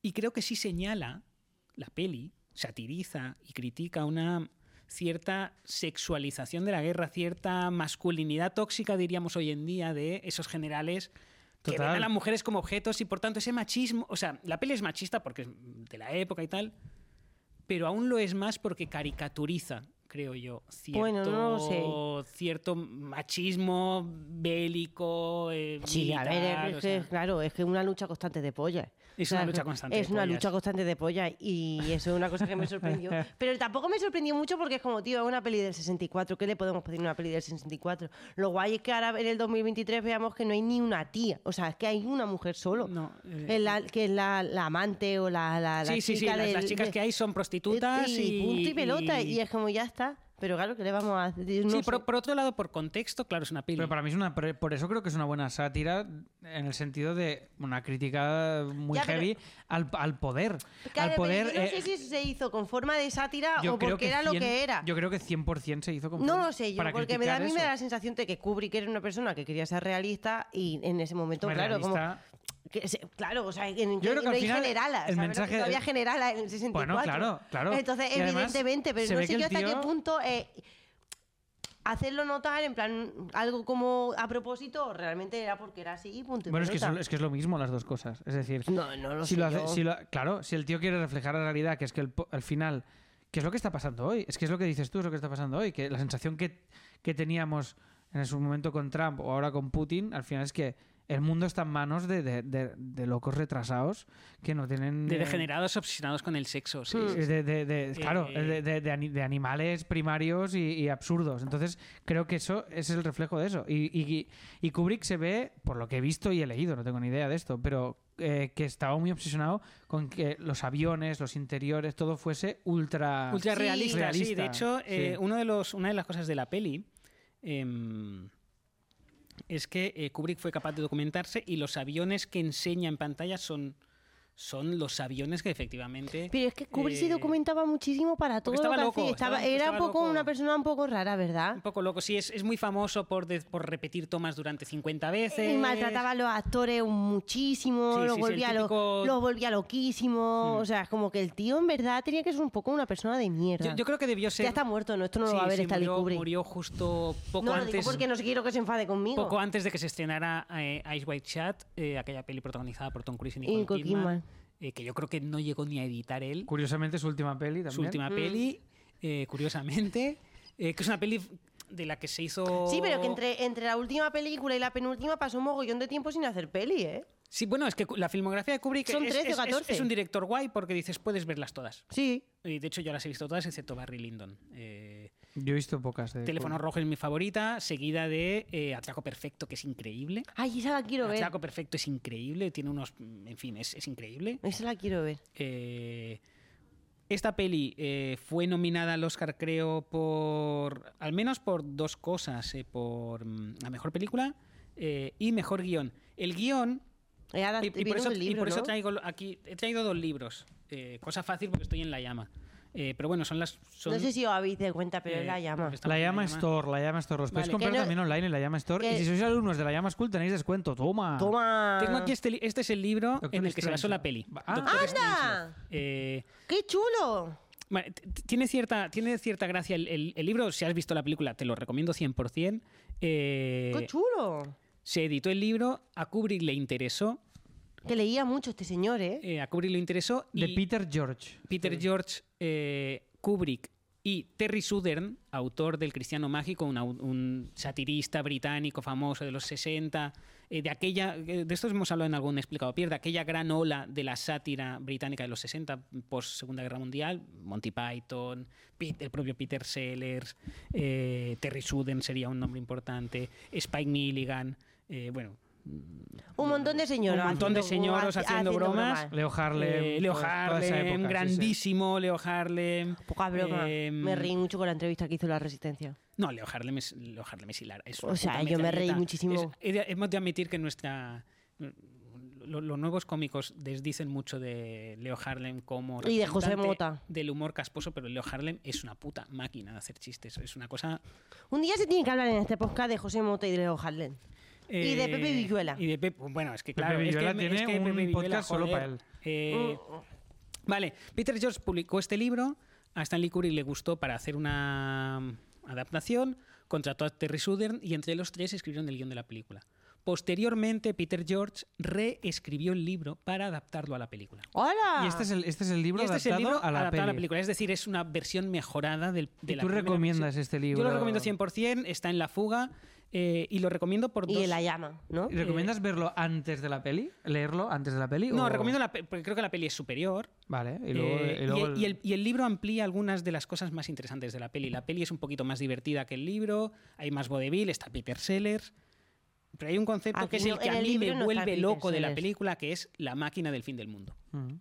C: y creo que sí señala la peli, satiriza y critica una cierta sexualización de la guerra, cierta masculinidad tóxica, diríamos hoy en día, de esos generales que ven
A: Total.
C: a las mujeres como objetos y por tanto ese machismo, o sea, la peli es machista porque es de la época y tal, pero aún lo es más porque caricaturiza, creo yo, cierto,
B: Bueno, no lo
C: cierto machismo bélico. eh,
B: Sí, a ver,
C: militar,
B: es
C: o
B: que,
C: sea,
B: claro, es que es una lucha constante de pollas.
C: Es una lucha constante
B: Es
C: de
B: una
C: pollas.
B: lucha constante de pollas y eso es una cosa que me sorprendió. Pero tampoco me sorprendió mucho porque es como, tío, es una peli del 64. ¿Qué le podemos pedir a una peli del 64? Lo guay es que ahora en el 2023 veamos que no hay ni una tía. O sea, es que hay una mujer solo.
C: No, eh,
B: Es la- que es la, la amante o la, la, la
C: sí, sí, sí,
B: chica
C: las,
B: del-
C: las chicas
B: de-
C: que hay son prostitutas y...
B: punto y pelota.
C: y-
B: Y... es como, ya está. Pero claro, que le vamos a hacer? No
C: sí,
B: sé.
C: por, por otro lado, por contexto, claro, es una peli.
A: Pero para mí es una. pre- Por eso creo que es una buena sátira en el sentido de una crítica muy
B: Ya, pero-
A: heavy al, al poder. al
B: Claro, pero
A: poder.
B: yo no
A: eh,
B: sé si se hizo con forma de sátira
A: yo
B: o
A: creo
B: porque era lo
A: 100
B: que era.
A: Yo creo que 100% se hizo con.
B: no lo sé yo,
A: para
B: porque me da, a
A: criticar
B: mí me da la
A: eso.
B: sensación de que Kubrick era una persona que quería ser realista y en ese momento,
A: Hombre,
B: claro, como...
A: realista.
B: que se- claro, o sea, en, en-
A: Yo creo que
B: no
A: al
B: hay
A: final
B: generalas,
A: el
B: ¿sabes? No-
A: mensaje-
B: no había generalas en el 64.
A: Bueno, claro, claro.
B: Entonces,
A: Y además,
B: evidentemente,
A: se
B: pero no
A: ve que
B: sé
A: el
B: yo hasta
A: tío-
B: qué punto eh, hacerlo notar, en plan, algo como a propósito, o realmente era porque era así y punto. y
A: Bueno, es que,
B: pelota.
A: son- es que es lo mismo las dos cosas. Es decir,
B: No, no lo
A: si
B: sé
A: lo hace-
B: yo.
A: si lo- claro, si el tío quiere reflejar la realidad, que es que el po- al final, ¿qué es lo que está pasando hoy? Es que es lo que dices tú, es lo que está pasando hoy, que la sensación que, que teníamos en su momento con Trump o ahora con Putin, al final es que el mundo está en manos de, de- de- de locos retrasados que no tienen...
C: De
A: eh,
C: degenerados obsesionados con el sexo.
B: Hmm.
C: sí, Mm. sí,
A: es de- de- de- claro,
C: Eh,
A: de, de- de ani- de animales primarios y, y absurdos. Entonces, creo que eso es el reflejo de eso. Y, y- y Kubrick se ve, por lo que he visto y he leído, no tengo ni idea de esto, pero eh, que estaba muy obsesionado con que los aviones, los interiores, todo fuese ultra.
C: ultra
B: Sí.
C: realista, sí.
A: Realista,
C: De hecho,
A: sí.
C: eh, uno de los, una de las cosas de la peli em, es que eh, Kubrick fue capaz de documentarse y los aviones que enseña en pantalla son, son los aviones que efectivamente.
B: Pero es que Kubrick se
C: eh,
B: documentaba muchísimo para todo
C: porque
B: lo que hacía.
C: estaba loco,
B: Estaba-
C: estaba-
B: era
C: estaba
B: un poco
C: loco.
B: una persona un poco rara, ¿verdad?
C: Un poco loco, sí, es, es muy famoso por, de- por repetir tomas durante 50 veces.
B: Y maltrataba a los actores muchísimo,
C: Sí, sí,
B: los,
C: sí,
B: volvía
C: el
B: lo-
C: típico- Hmm.
B: los volvía loquísimos. O sea, es como que el tío en verdad tenía que ser un poco una persona de mierda.
C: Yo, yo creo que debió ser.
B: Ya está muerto, no, esto no
C: Sí,
B: lo va a ver
C: sí,
B: Stanley
C: murió,
B: Kubrick.
C: murió justo poco
B: no, lo digo
C: antes.
B: porque no quiero que se enfade conmigo.
C: Poco antes de que se estrenara eh, Ice White Chat, eh, aquella peli protagonizada por Tom Cruise y
B: Y
C: Nicole
B: Nicole
C: Kidman,
B: Kidman.
C: eh, que yo creo que no llegó ni a editar él,
A: Curiosamente, su última peli también.
C: su última
B: Mm.
C: peli, eh, curiosamente, eh, que es una peli de la que se hizo...
B: Sí, pero que entre, entre la última película y la penúltima pasó un mogollón de tiempo sin hacer peli, ¿eh?
C: Sí, bueno, es que la filmografía de Kubrick
B: Son
C: es,
B: 13 o
C: es- es-
B: 14.
C: es un director guay porque dices, puedes verlas todas.
B: Sí.
C: Y de hecho, yo las he visto todas, excepto Barry Lyndon. Eh,
A: Yo he visto pocas de.
C: Teléfono Rojo es mi favorita, seguida de eh, Atraco Perfecto, que es increíble.
B: Ay, esa la quiero ver.
C: Atraco Perfecto es increíble, tiene unos... mm, En fin, es- es increíble.
B: Esa la quiero ver.
C: Eh, esta peli eh, fue nominada al Oscar, creo, por. al menos por dos cosas. eh, por mm, la mejor película eh, y mejor guión. El guión.
B: Eh, ahora
C: Y, y por
B: vimos
C: eso,
B: el
C: y
B: libro,
C: por eso
B: ¿no?
C: traigo lo- aquí. He traído dos libros. eh, cosa fácil porque estoy en la llama. Eh, pero bueno, son las. son,
B: No sé si os habéis dado cuenta, pero es
C: eh,
B: la llama.
C: porque estamos
A: La
C: en
A: llama Store, la llama Store. Los podéis
C: Vale.
A: comprar
B: Que no-
A: también online en la llama Store.
B: que-
A: Y si sois alumnos de la llama School tenéis descuento. Toma.
B: Toma.
C: Tengo aquí este, li- este es el libro
A: Doctor
C: en el que se basó
A: Strangelove.
C: la peli.
A: Va- ah.
C: Doctor
B: ¡Anda!
C: Strangelove. Eh,
B: ¡Qué chulo!
C: Vale, t- t- tiene, cierta, tiene cierta gracia el, el- el libro. Si has visto la película, te lo recomiendo 100%. Eh,
B: ¡Qué chulo!
C: se editó el libro, a Kubrick le interesó.
B: Que leía mucho este señor, ¿eh?
C: eh, a Kubrick le interesó.
A: De
C: y
A: Peter George.
C: Peter George, eh, Kubrick y Terry Southern, autor del Cristiano Mágico, un, au- un satirista británico famoso de los 60, eh, de aquella, eh, de esto hemos hablado en algún explicado pierde, aquella gran ola de la sátira británica de los 60, post Segunda Guerra Mundial, Monty Python, Pit- el propio Peter Sellers, eh, Terry Southern sería un nombre importante, Spike Milligan, eh, bueno,
B: Un montón de señoros.
C: Un montón de
B: haciendo-
C: señoros haciendo bromas.
A: Leo Harlem.
C: Eh, Leo
A: toda- toda esa
C: Harlem,
A: época, sí, sí.
C: grandísimo Leo Harlem.
B: Poca broma.
C: Em,
B: me reí mucho con la entrevista que hizo la Resistencia.
C: No, Leo Harlem es, Leo Harlem es hilar- es una
B: O sea,
C: puta
B: yo me reí
C: metralleta.
B: muchísimo.
C: Es- he de- hemos de admitir que nuestra. lo- los nuevos cómicos desdicen mucho de Leo Harlem como.
B: Y de José
C: representante
B: Mota.
C: Del humor casposo, pero Leo Harlem es una puta máquina de hacer chistes. Es una cosa.
B: Un día se tiene que hablar en este podcast de José Mota y de Leo Harlan. Y de
C: eh,
B: Pepe Villuela.
C: Y de Pepe. pues, Bueno, es que claro.
A: Pepe
C: es que
A: Villuela
C: me-
A: tiene
C: es que
A: un
C: Pepe Villuela,
A: podcast solo
C: joder,
A: para él.
C: eh, Vale, Peter George publicó este libro. A Stanley Kubrick le gustó para hacer una adaptación. Contrató a Terry Southern y entre los tres escribieron el guión de la película. Posteriormente, Peter George reescribió el libro para adaptarlo a la película.
B: ¡Hola!
A: Y este es el, este es el
C: Y
A: libro
C: este es el
A: adaptado
C: libro
A: a la
C: adaptado
A: peli.
C: a la película. Es decir, es una versión mejorada del, de
A: ¿Y
C: la
A: tú
C: primera
A: recomiendas
C: versión.
A: este libro?
C: Yo lo recomiendo 100%, está en la fuga eh, y lo recomiendo por
B: Y
C: dos...
B: en la llama, ¿no?
A: ¿Y ¿Recomiendas verlo antes de la peli? ¿Leerlo antes de la peli?
C: Eh, No,
A: o-
C: recomiendo la pe- porque creo que la peli es superior.
A: Vale, y
C: eh,
A: luego, y luego
C: y el, y el libro amplía algunas de las cosas más interesantes de la peli. La peli es un poquito más divertida que el libro, hay más vodevil, está Peter Sellers. Pero hay un concepto
B: Aquí
C: que es
B: Ah, no-
C: el que
B: en
C: a
B: el
C: mí
B: libro
C: me
B: no está
C: vuelve
B: Peter
C: loco de la
B: Sellers.
C: película, que es la máquina del fin del mundo.
A: Mm.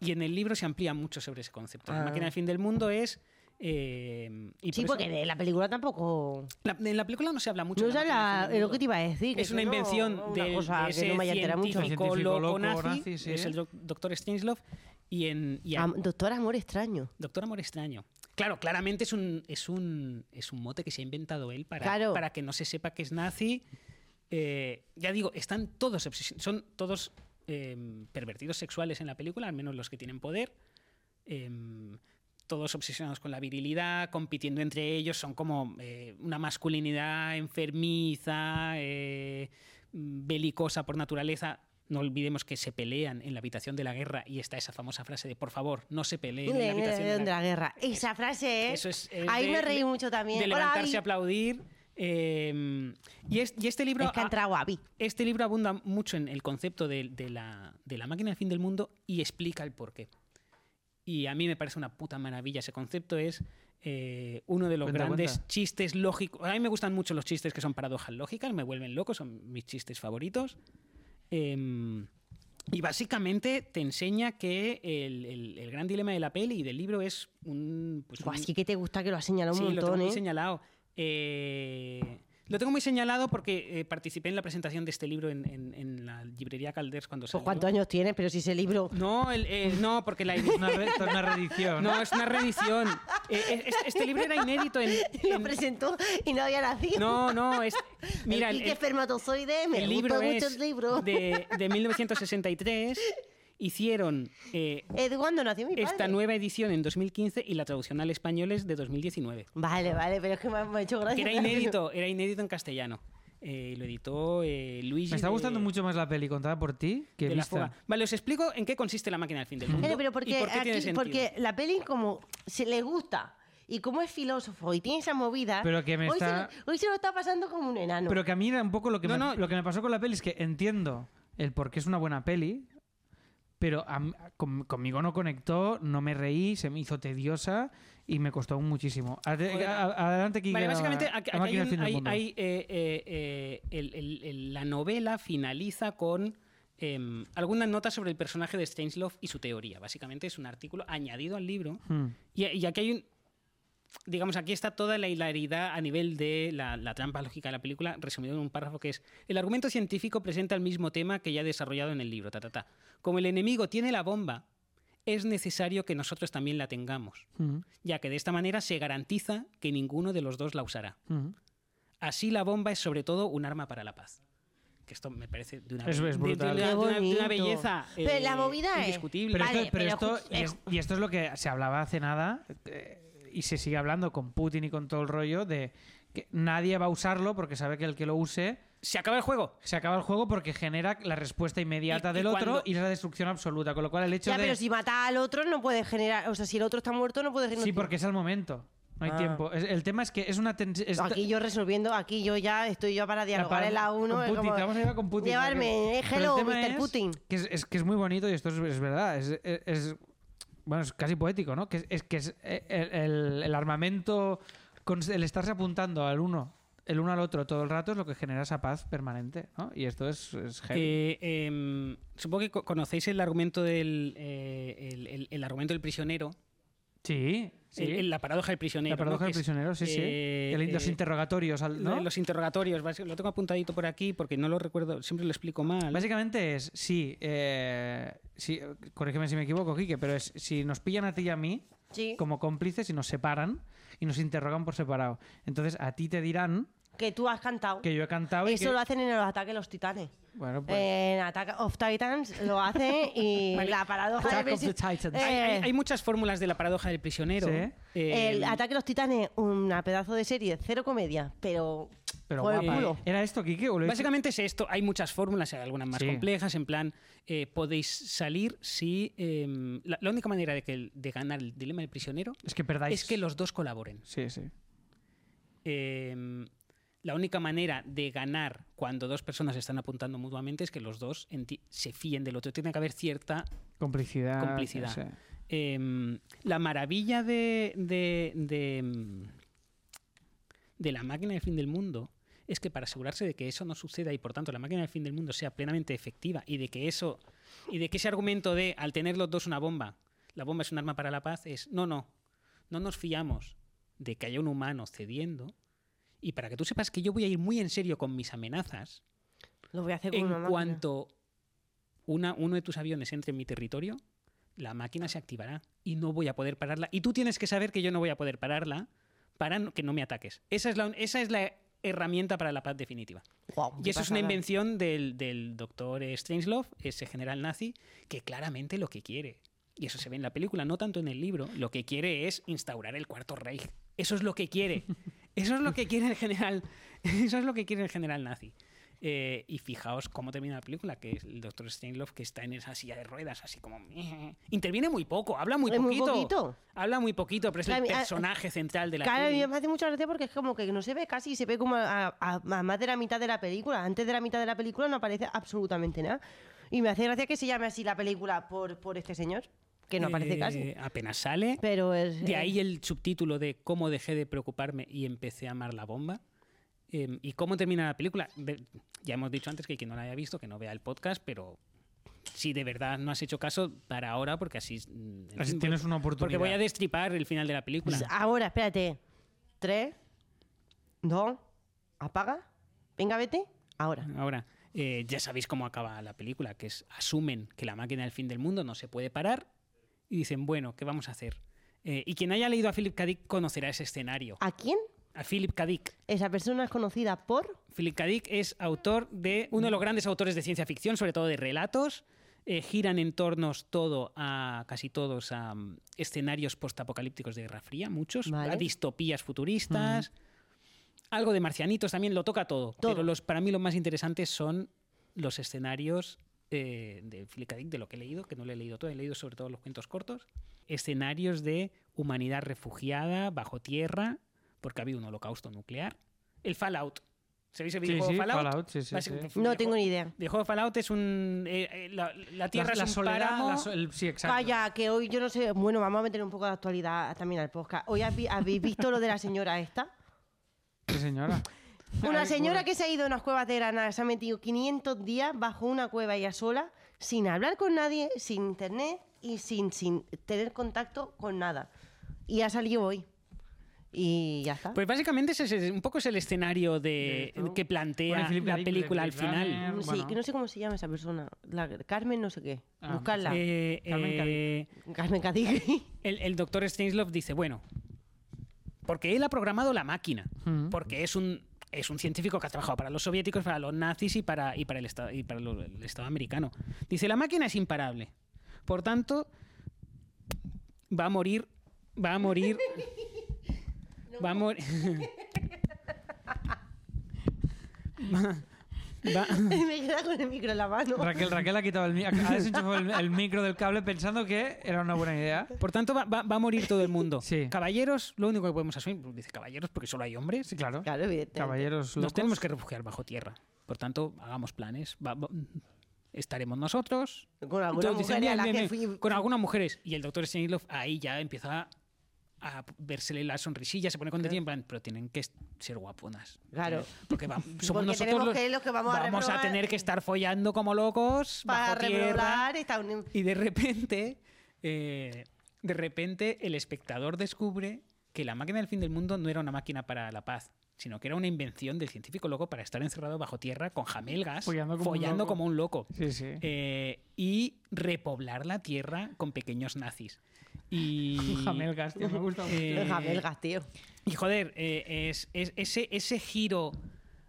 C: Y en el libro se amplía mucho sobre ese concepto. La
B: Ah.
C: máquina del fin del mundo es. eh, y
B: Sí,
C: por
B: porque
C: eso-
B: de la película tampoco.
C: la- en la película no se habla mucho.
B: No
C: de
B: es
C: la máquina del fin del
B: lo que te
C: mundo.
B: iba a decir. que
C: Es una
B: yo no-
C: invención
B: una
C: de,
B: cosa
C: de
B: que
C: ese
B: no me haya enterado mucho.
C: científico
A: Científico
C: loco
A: loco
C: nazi,
A: nazi, sí.
C: es el doc- doctor Strangelove, y en y a-
B: Ah, doctor Amor Extraño.
C: Doctor Amor Extraño. Claro, claramente es un, es un, es un mote que se ha inventado él para,
B: Claro.
C: para que no se sepa que es nazi. Eh, ya digo, están todos obsesi- son todos eh, pervertidos sexuales en la película, al menos los que tienen poder. Em, todos obsesionados con la virilidad, compitiendo entre ellos, son como eh, una masculinidad enfermiza, eh, mm, belicosa por naturaleza. No olvidemos que se pelean en la habitación de la guerra y está esa famosa frase de por favor, no se peleen en Eh, la habitación de la
B: eh, de la guerra. Esa frase, ¿eh?
C: Eso es, eh,
B: Ahí
C: de-
B: me reí mucho también.
C: de
B: Hola,
C: levantarse
B: Abby.
C: a aplaudir. eh, y, es- y este libro
B: Es que ha
C: a-
B: entrado Abby.
C: este libro abunda mucho en el concepto de, de la, de la máquina del fin del mundo y explica el porqué. Y a mí me parece una puta maravilla ese concepto. Es eh, uno de los
A: Cuenta,
C: grandes
A: cuenta.
C: chistes lógicos. A mí me gustan mucho los chistes que son paradojas lógicas, me vuelven loco, son mis chistes favoritos. Em, y básicamente te enseña que el, el- el gran dilema de la peli y del libro es un. pues
B: Buah,
C: un-
B: sí que te gusta que lo has señalado
C: Sí,
B: un
C: lo tengo
B: montón,
C: muy
B: ¿eh?
C: señalado. Eh, lo tengo muy señalado porque eh, participé en la presentación de este libro en, en- en la librería Calders cuando
B: Pues,
C: salió.
B: ¿Cuántos años tienes? Pero si ese libro.
C: No, el- eh, no, porque la edi-
A: Una, re- esto es una reedición.
C: no, es una reedición. Eh, eh, es- este libro era inédito en...
B: Lo
C: en-
B: presentó y no había nacido.
C: No, no, es... Mira,
B: el,
C: el,
B: Quique espermatozoide, me
C: el
B: libro
C: libro
B: gustó
C: es
B: mucho el libro.
C: de, de 1963. Hicieron eh,
B: Eh, ¿Cuándo nació mi padre?
C: esta nueva edición en 2015 y la traducción al español es de 2019.
B: Vale, vale, pero es que me ha, me ha hecho
C: Que
B: gracia.
C: era inédito, era inédito en castellano. Eh, lo editó eh, Luigi.
A: Me está
C: de-
A: gustando mucho más la peli contada por ti que
C: de La
A: vista.
C: Fuga. Vale, os explico en qué consiste la máquina del fin del mundo.
B: Claro, pero
C: y
B: porque,
C: por qué tiene
B: aquí-
C: sentido.
B: porque la peli como se le gusta y como es filósofo y tiene esa movida,
A: Pero que me
B: hoy,
A: está-
B: se lo, hoy se lo está pasando como un enano.
A: Pero que a mí era un poco lo que, me,
C: No, no.
A: lo que me pasó con la peli es que entiendo el por qué es una buena peli, pero a m- con- conmigo no conectó, no me reí, se me hizo tediosa y me costó muchísimo. Ade-
C: Joder.
A: a- a- adelante, Kike.
C: Vale,
A: la-
C: básicamente
A: la
C: aquí, aquí hay
A: máquina del
C: un-
A: fin del
C: hay-
A: mundo.
C: hay, eh, eh, eh, el- el- el- la novela finaliza con em, algunas notas sobre el personaje de Strangelove y su teoría. Básicamente es un artículo añadido al libro.
A: Hmm.
C: Y, y aquí hay un. Digamos, aquí está toda la hilaridad a nivel de la, la trampa lógica de la película, resumido en un párrafo que es: El argumento científico presenta el mismo tema que ya he desarrollado en el libro. Ta, ta, ta. Como el enemigo tiene la bomba, es necesario que nosotros también la tengamos,
A: Hmm.
C: ya que de esta manera se garantiza que ninguno de los dos la usará.
A: Hmm.
C: Así la bomba es sobre todo un arma para la paz. Que esto me parece de una,
A: Eso
C: be-
A: es
C: de- de
A: brutal.
C: una- de una- de una
B: Qué bonito.
C: belleza. eh,
B: Pero la movida es-
C: indiscutible.
A: Pero,
B: Vale,
A: esto, pero
B: pero
A: esto-
B: escucha,
A: y
B: es-
A: es- y esto es lo que se hablaba hace nada eh, y se sigue hablando con Putin y con todo el rollo de que nadie va a usarlo porque sabe que el que lo use
C: Se acaba el juego.
A: se acaba el juego porque genera la respuesta inmediata
C: Y- y
A: del otro
C: cuando-
A: y la destrucción absoluta. Con lo cual el hecho
B: ya,
A: de...
B: pero si mata al otro no puede generar, o sea, si el otro está muerto no puede generar.
A: Sí, porque es al momento. No hay
B: Ah.
A: tiempo. Es- el tema es que es una tensión.
B: Aquí yo resolviendo, aquí yo ya estoy yo para dialogar en la 1.
A: Putin, te vamos a llevar con Putin.
B: Llevarme, eh,
A: Pero el
B: hello,
A: tema
B: Mr.
A: es
B: Putin.
A: Que es, es que es muy bonito y esto es, es verdad. Es, es- es- bueno, es casi poético, ¿no? Que es, es que es eh, el, el- el armamento, con- el estarse apuntando al uno, el uno al otro todo el rato es lo que genera esa paz permanente, ¿no? Y esto es, es heavy.
C: Eh, em, supongo que co- conocéis el argumento del eh, el, el- el argumento del prisionero,
A: Sí. Sí.
C: En- en la paradoja del prisionero.
A: La paradoja
C: ¿no?
A: del
C: Que es,
A: prisionero, sí, sí.
C: eh,
A: El- los
C: eh,
A: interrogatorios, al-
C: lo de
A: ¿no?
C: Los interrogatorios, basi- lo tengo apuntadito por aquí porque no lo recuerdo, siempre lo explico mal.
A: Básicamente es, sí, eh, sí, corrígeme si me equivoco, Quique, pero es si nos pillan a ti y a mí
B: Sí.
A: como cómplices y nos separan y nos interrogan por separado. Entonces a ti te dirán
B: Que tú has cantado.
A: que yo he cantado y
B: Eso
A: que-
B: lo hacen en los ataques de los titanes.
C: eh,
A: Bueno, pues...
B: En Attack of Titans lo hacen y
C: Vale.
B: la paradoja
A: Attack
B: del
A: of the
B: prisi-
A: Titans.
B: Eh,
C: hay, hay- hay muchas fórmulas de la paradoja del prisionero.
A: Sí.
C: Eh,
B: El ataque de los titanes, una pedazo de serie, cero comedia, pero,
A: pero
B: por el
A: guapa, ¿eh?
B: culo.
A: ¿Era esto, Quique? o lo he hecho-
C: Básicamente es esto, hay muchas fórmulas, hay algunas más
A: Sí.
C: complejas, en plan, eh, podéis salir si... eh, la, la única manera de, que el- de ganar el dilema del prisionero
A: Es que perdáis...
C: es que los dos colaboren.
A: Sí, sí.
C: Eh, la única manera de ganar cuando dos personas están apuntando mutuamente es que los dos enti- se fíen del otro. Tiene que haber cierta
A: Complicidad.
C: Complicidad.
A: sí.
C: em, la maravilla de, de, de, em, de la máquina del fin del mundo es que para asegurarse de que eso no suceda y por tanto la máquina del fin del mundo sea plenamente efectiva y de que eso y de que ese argumento de al tener los dos una bomba, la bomba es un arma para la paz es no, no, no nos fiamos de que haya un humano cediendo y para que tú sepas que yo voy a ir muy en serio con mis amenazas
B: lo voy a hacer con una
C: en
B: máquina.
C: cuanto una, uno de tus aviones entre en mi territorio, la máquina se activará y no voy a poder pararla. Y tú tienes que saber que yo no voy a poder pararla para no- que no me ataques. Esa es la, esa es la herramienta para la paz definitiva.
B: Guau,
C: Y
B: qué
C: eso es una
B: pasada.
C: invención del, del doctor eh, Strangelove, ese general nazi, que claramente lo que quiere, y eso se ve en la película, no tanto en el libro, lo que quiere es instaurar el cuarto Reich. Eso es lo que quiere. Eso es lo que quiere el general. Eso es lo que quiere el general nazi. Eh, y fijaos cómo termina la película, que es el doctor Strangelove que está en esa silla de ruedas, así como... "Meh". Interviene muy poco, habla muy
B: Es muy
C: poquito.
B: poquito.
C: Habla muy poquito, pero es el
B: Claro, a-
C: personaje central de la
B: Claro, a mí
C: peli.
B: me hace mucha gracia porque es como que no se ve casi, se ve como a, a- a más de la mitad de la película. Antes de la mitad de la película no aparece absolutamente nada. Y me hace gracia que se llame así la película por, por este señor, que no aparece
C: Eh,
B: casi.
C: Apenas sale.
B: Pero es.
C: De
B: eh,
C: ahí el subtítulo de cómo dejé de preocuparme y empecé a amar la bomba. Eh, y cómo termina la película. De- ya hemos dicho antes que quien no la haya visto, que no vea el podcast, pero si de verdad no has hecho caso, para ahora, porque así. mm, en
A: Así
C: fin,
A: tienes una oportunidad.
C: Porque voy a destripar el final de la película.
B: pues ahora, espérate. Tres, dos, apaga. Venga, vete. Ahora.
C: Ahora, eh, ya sabéis cómo acaba la película, que es asumen que la máquina del fin del mundo no se puede parar y dicen, bueno, ¿qué vamos a hacer? Eh, y quien haya leído a Philip K. Dick conocerá ese escenario.
B: ¿A quién?
C: A Philip K. Dick.
B: Esa persona es conocida por.
C: Philip K. Dick es autor de uno de los grandes autores de ciencia ficción, sobre todo de relatos. Eh, giran en torno todo a casi todos a mm, escenarios postapocalípticos de Guerra Fría, muchos,
B: Vale.
C: a distopías futuristas, algo de marcianitos también, lo toca todo.
B: Todo.
C: Pero los, para mí los más interesantes son los escenarios eh, de Philip K. Dick, de lo que he leído, que no lo he leído todo, he leído sobre todo los cuentos cortos, escenarios de humanidad refugiada bajo tierra, porque ha habido un holocausto nuclear. El Fallout. ¿Sabéis el
A: Sí,
C: videojuego
A: sí,
C: Fallout?
A: Fallout, sí, sí,
C: Básico-
A: sí.
B: No tengo ni idea.
C: El juego Fallout es un. eh, eh, la, la tierra
A: La, la
C: es un
A: soledad...
C: páramo.
A: la so- el- sí, exacto.
B: Calla, que hoy yo no sé. Bueno, vamos a meter un poco de actualidad también al podcast. Hoy habí- habéis visto lo de la señora esta.
A: Sí, señora.
B: Una
A: Ay,
B: señora
A: pobre.
B: que se ha ido a unas cuevas de Granada, se ha metido 500 días bajo una cueva ella sola, sin hablar con nadie, sin internet y sin, sin tener contacto con nada. Y ha salido hoy. Y ya está.
C: Pues básicamente ese es un poco es el escenario de,
A: De esto.
C: que
A: Bueno,
C: plantea
A: y Philip K.
C: la
A: Dick,
C: película al
A: Blade Runner.
C: final.
B: Mm, sí,
A: bueno.
B: que no sé cómo se llama esa persona. La, Carmen, no sé qué.
A: Ah,
B: Buscarla.
C: Eh,
A: Carmen K. Dick.
C: eh,
B: Carmen Cadigri.
C: el, el doctor Strangelove dice, bueno, porque él ha programado la máquina,
A: Mm.
C: porque es un, es un científico que ha trabajado para los soviéticos, para los nazis y para, y para, el, estado, y para lo- el Estado americano. Dice, la máquina es imparable, por tanto, va a morir, va a morir, va a morir... va, va-
B: Me queda con el micro en la mano.
A: Raquel, Raquel ha quitado el, mi- ha desenchufado el, el micro del cable pensando que era una buena idea.
C: Por tanto, va, va- va a morir todo el mundo.
A: Sí.
C: Caballeros, lo único que podemos asumir, pues, dice caballeros porque solo hay hombres,
A: Sí, claro.
B: Claro, evidentemente.
A: Caballeros
C: nos
A: locos.
C: tenemos que refugiar bajo tierra. Por tanto, hagamos planes. Va- va- estaremos nosotros.
B: Con alguna
C: Entonces
B: mujer
C: dicen,
B: a
C: "Bien,
B: la
C: bien,
B: que
C: bien".
B: fui-
C: Con algunas mujeres. Y el doctor Stenilov ahí ya empieza a versele la sonrisilla, se pone contento y en plan, pero tienen que ser guaponas. Eh,
B: Claro.
C: Porque va- somos
B: Porque
C: nosotros
B: tenemos que los que vamos a reprobar-
C: tener que estar follando como locos
B: para
C: bajo tierra.
B: rebrotar. Está un...
C: Y de repente eh, de repente el espectador descubre que la máquina del fin del mundo no era una máquina para la paz, sino que era una invención del científico loco para estar encerrado bajo tierra con jamelgas,
A: Follando como un
C: follando
A: loco.
C: como un loco.
A: Sí, sí.
C: Eh, y repoblar la tierra con pequeños nazis. Y.
A: Jamelgas, tío, me gusta mucho.
C: Eh,
B: Deja belgas, tío.
C: y joder, eh, es, es- ese, ese giro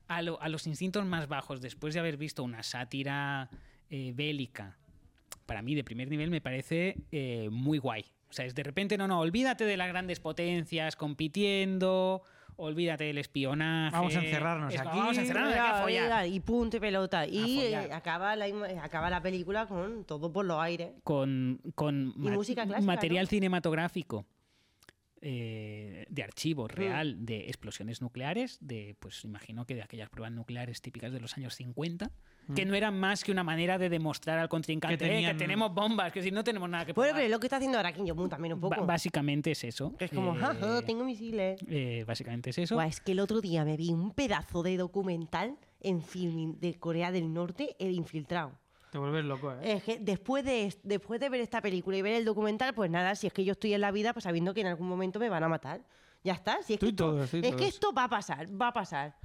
C: a, lo- a los instintos más bajos después de haber visto una sátira eh, bélica, para mí de primer nivel me parece eh, muy guay. O sea, es de repente, no, no, olvídate de las grandes potencias compitiendo, olvídate del espionaje.
A: Vamos a encerrarnos
C: Es-
A: aquí.
C: Vamos a encerrarnos aquí a follar.
B: Y punto y pelota. Y
C: A
B: eh,
C: follar.
B: acaba, la, im- acaba la película con todo por los aires.
C: con, con ma-
B: música clásica,
C: material
B: ¿no?
C: cinematográfico eh, de
B: Mm.
C: archivo real de explosiones nucleares, de pues imagino que de aquellas pruebas nucleares típicas de los años 50,
B: Mm.
C: que no eran más que una manera de demostrar al contrincante "Eh,
A: Que
C: que,
A: tenían-
C: tenemos bombas, que si no tenemos nada que
B: Bueno,
C: probar".
B: pero es lo que está haciendo ahora Kim Jong-un también un
C: Ba-
B: poco.
C: Básicamente es eso.
B: que es como,
C: Eh,
B: "Ja, ja, tengo misiles.
C: eh, básicamente es eso.
B: Guau, es que el otro día me vi un pedazo de documental en filming de Corea del Norte, El Infiltrado.
A: Te vuelves loco, ¿eh?
B: Es que después de, est- después de ver esta película y ver el documental, pues nada, si es que yo estoy en la vida, pues sabiendo que en algún momento me van a matar. Ya está. Si es
A: Tú y
B: que esto-
A: todos, tú y
B: es que
A: todos.
B: esto va a pasar, va a pasar.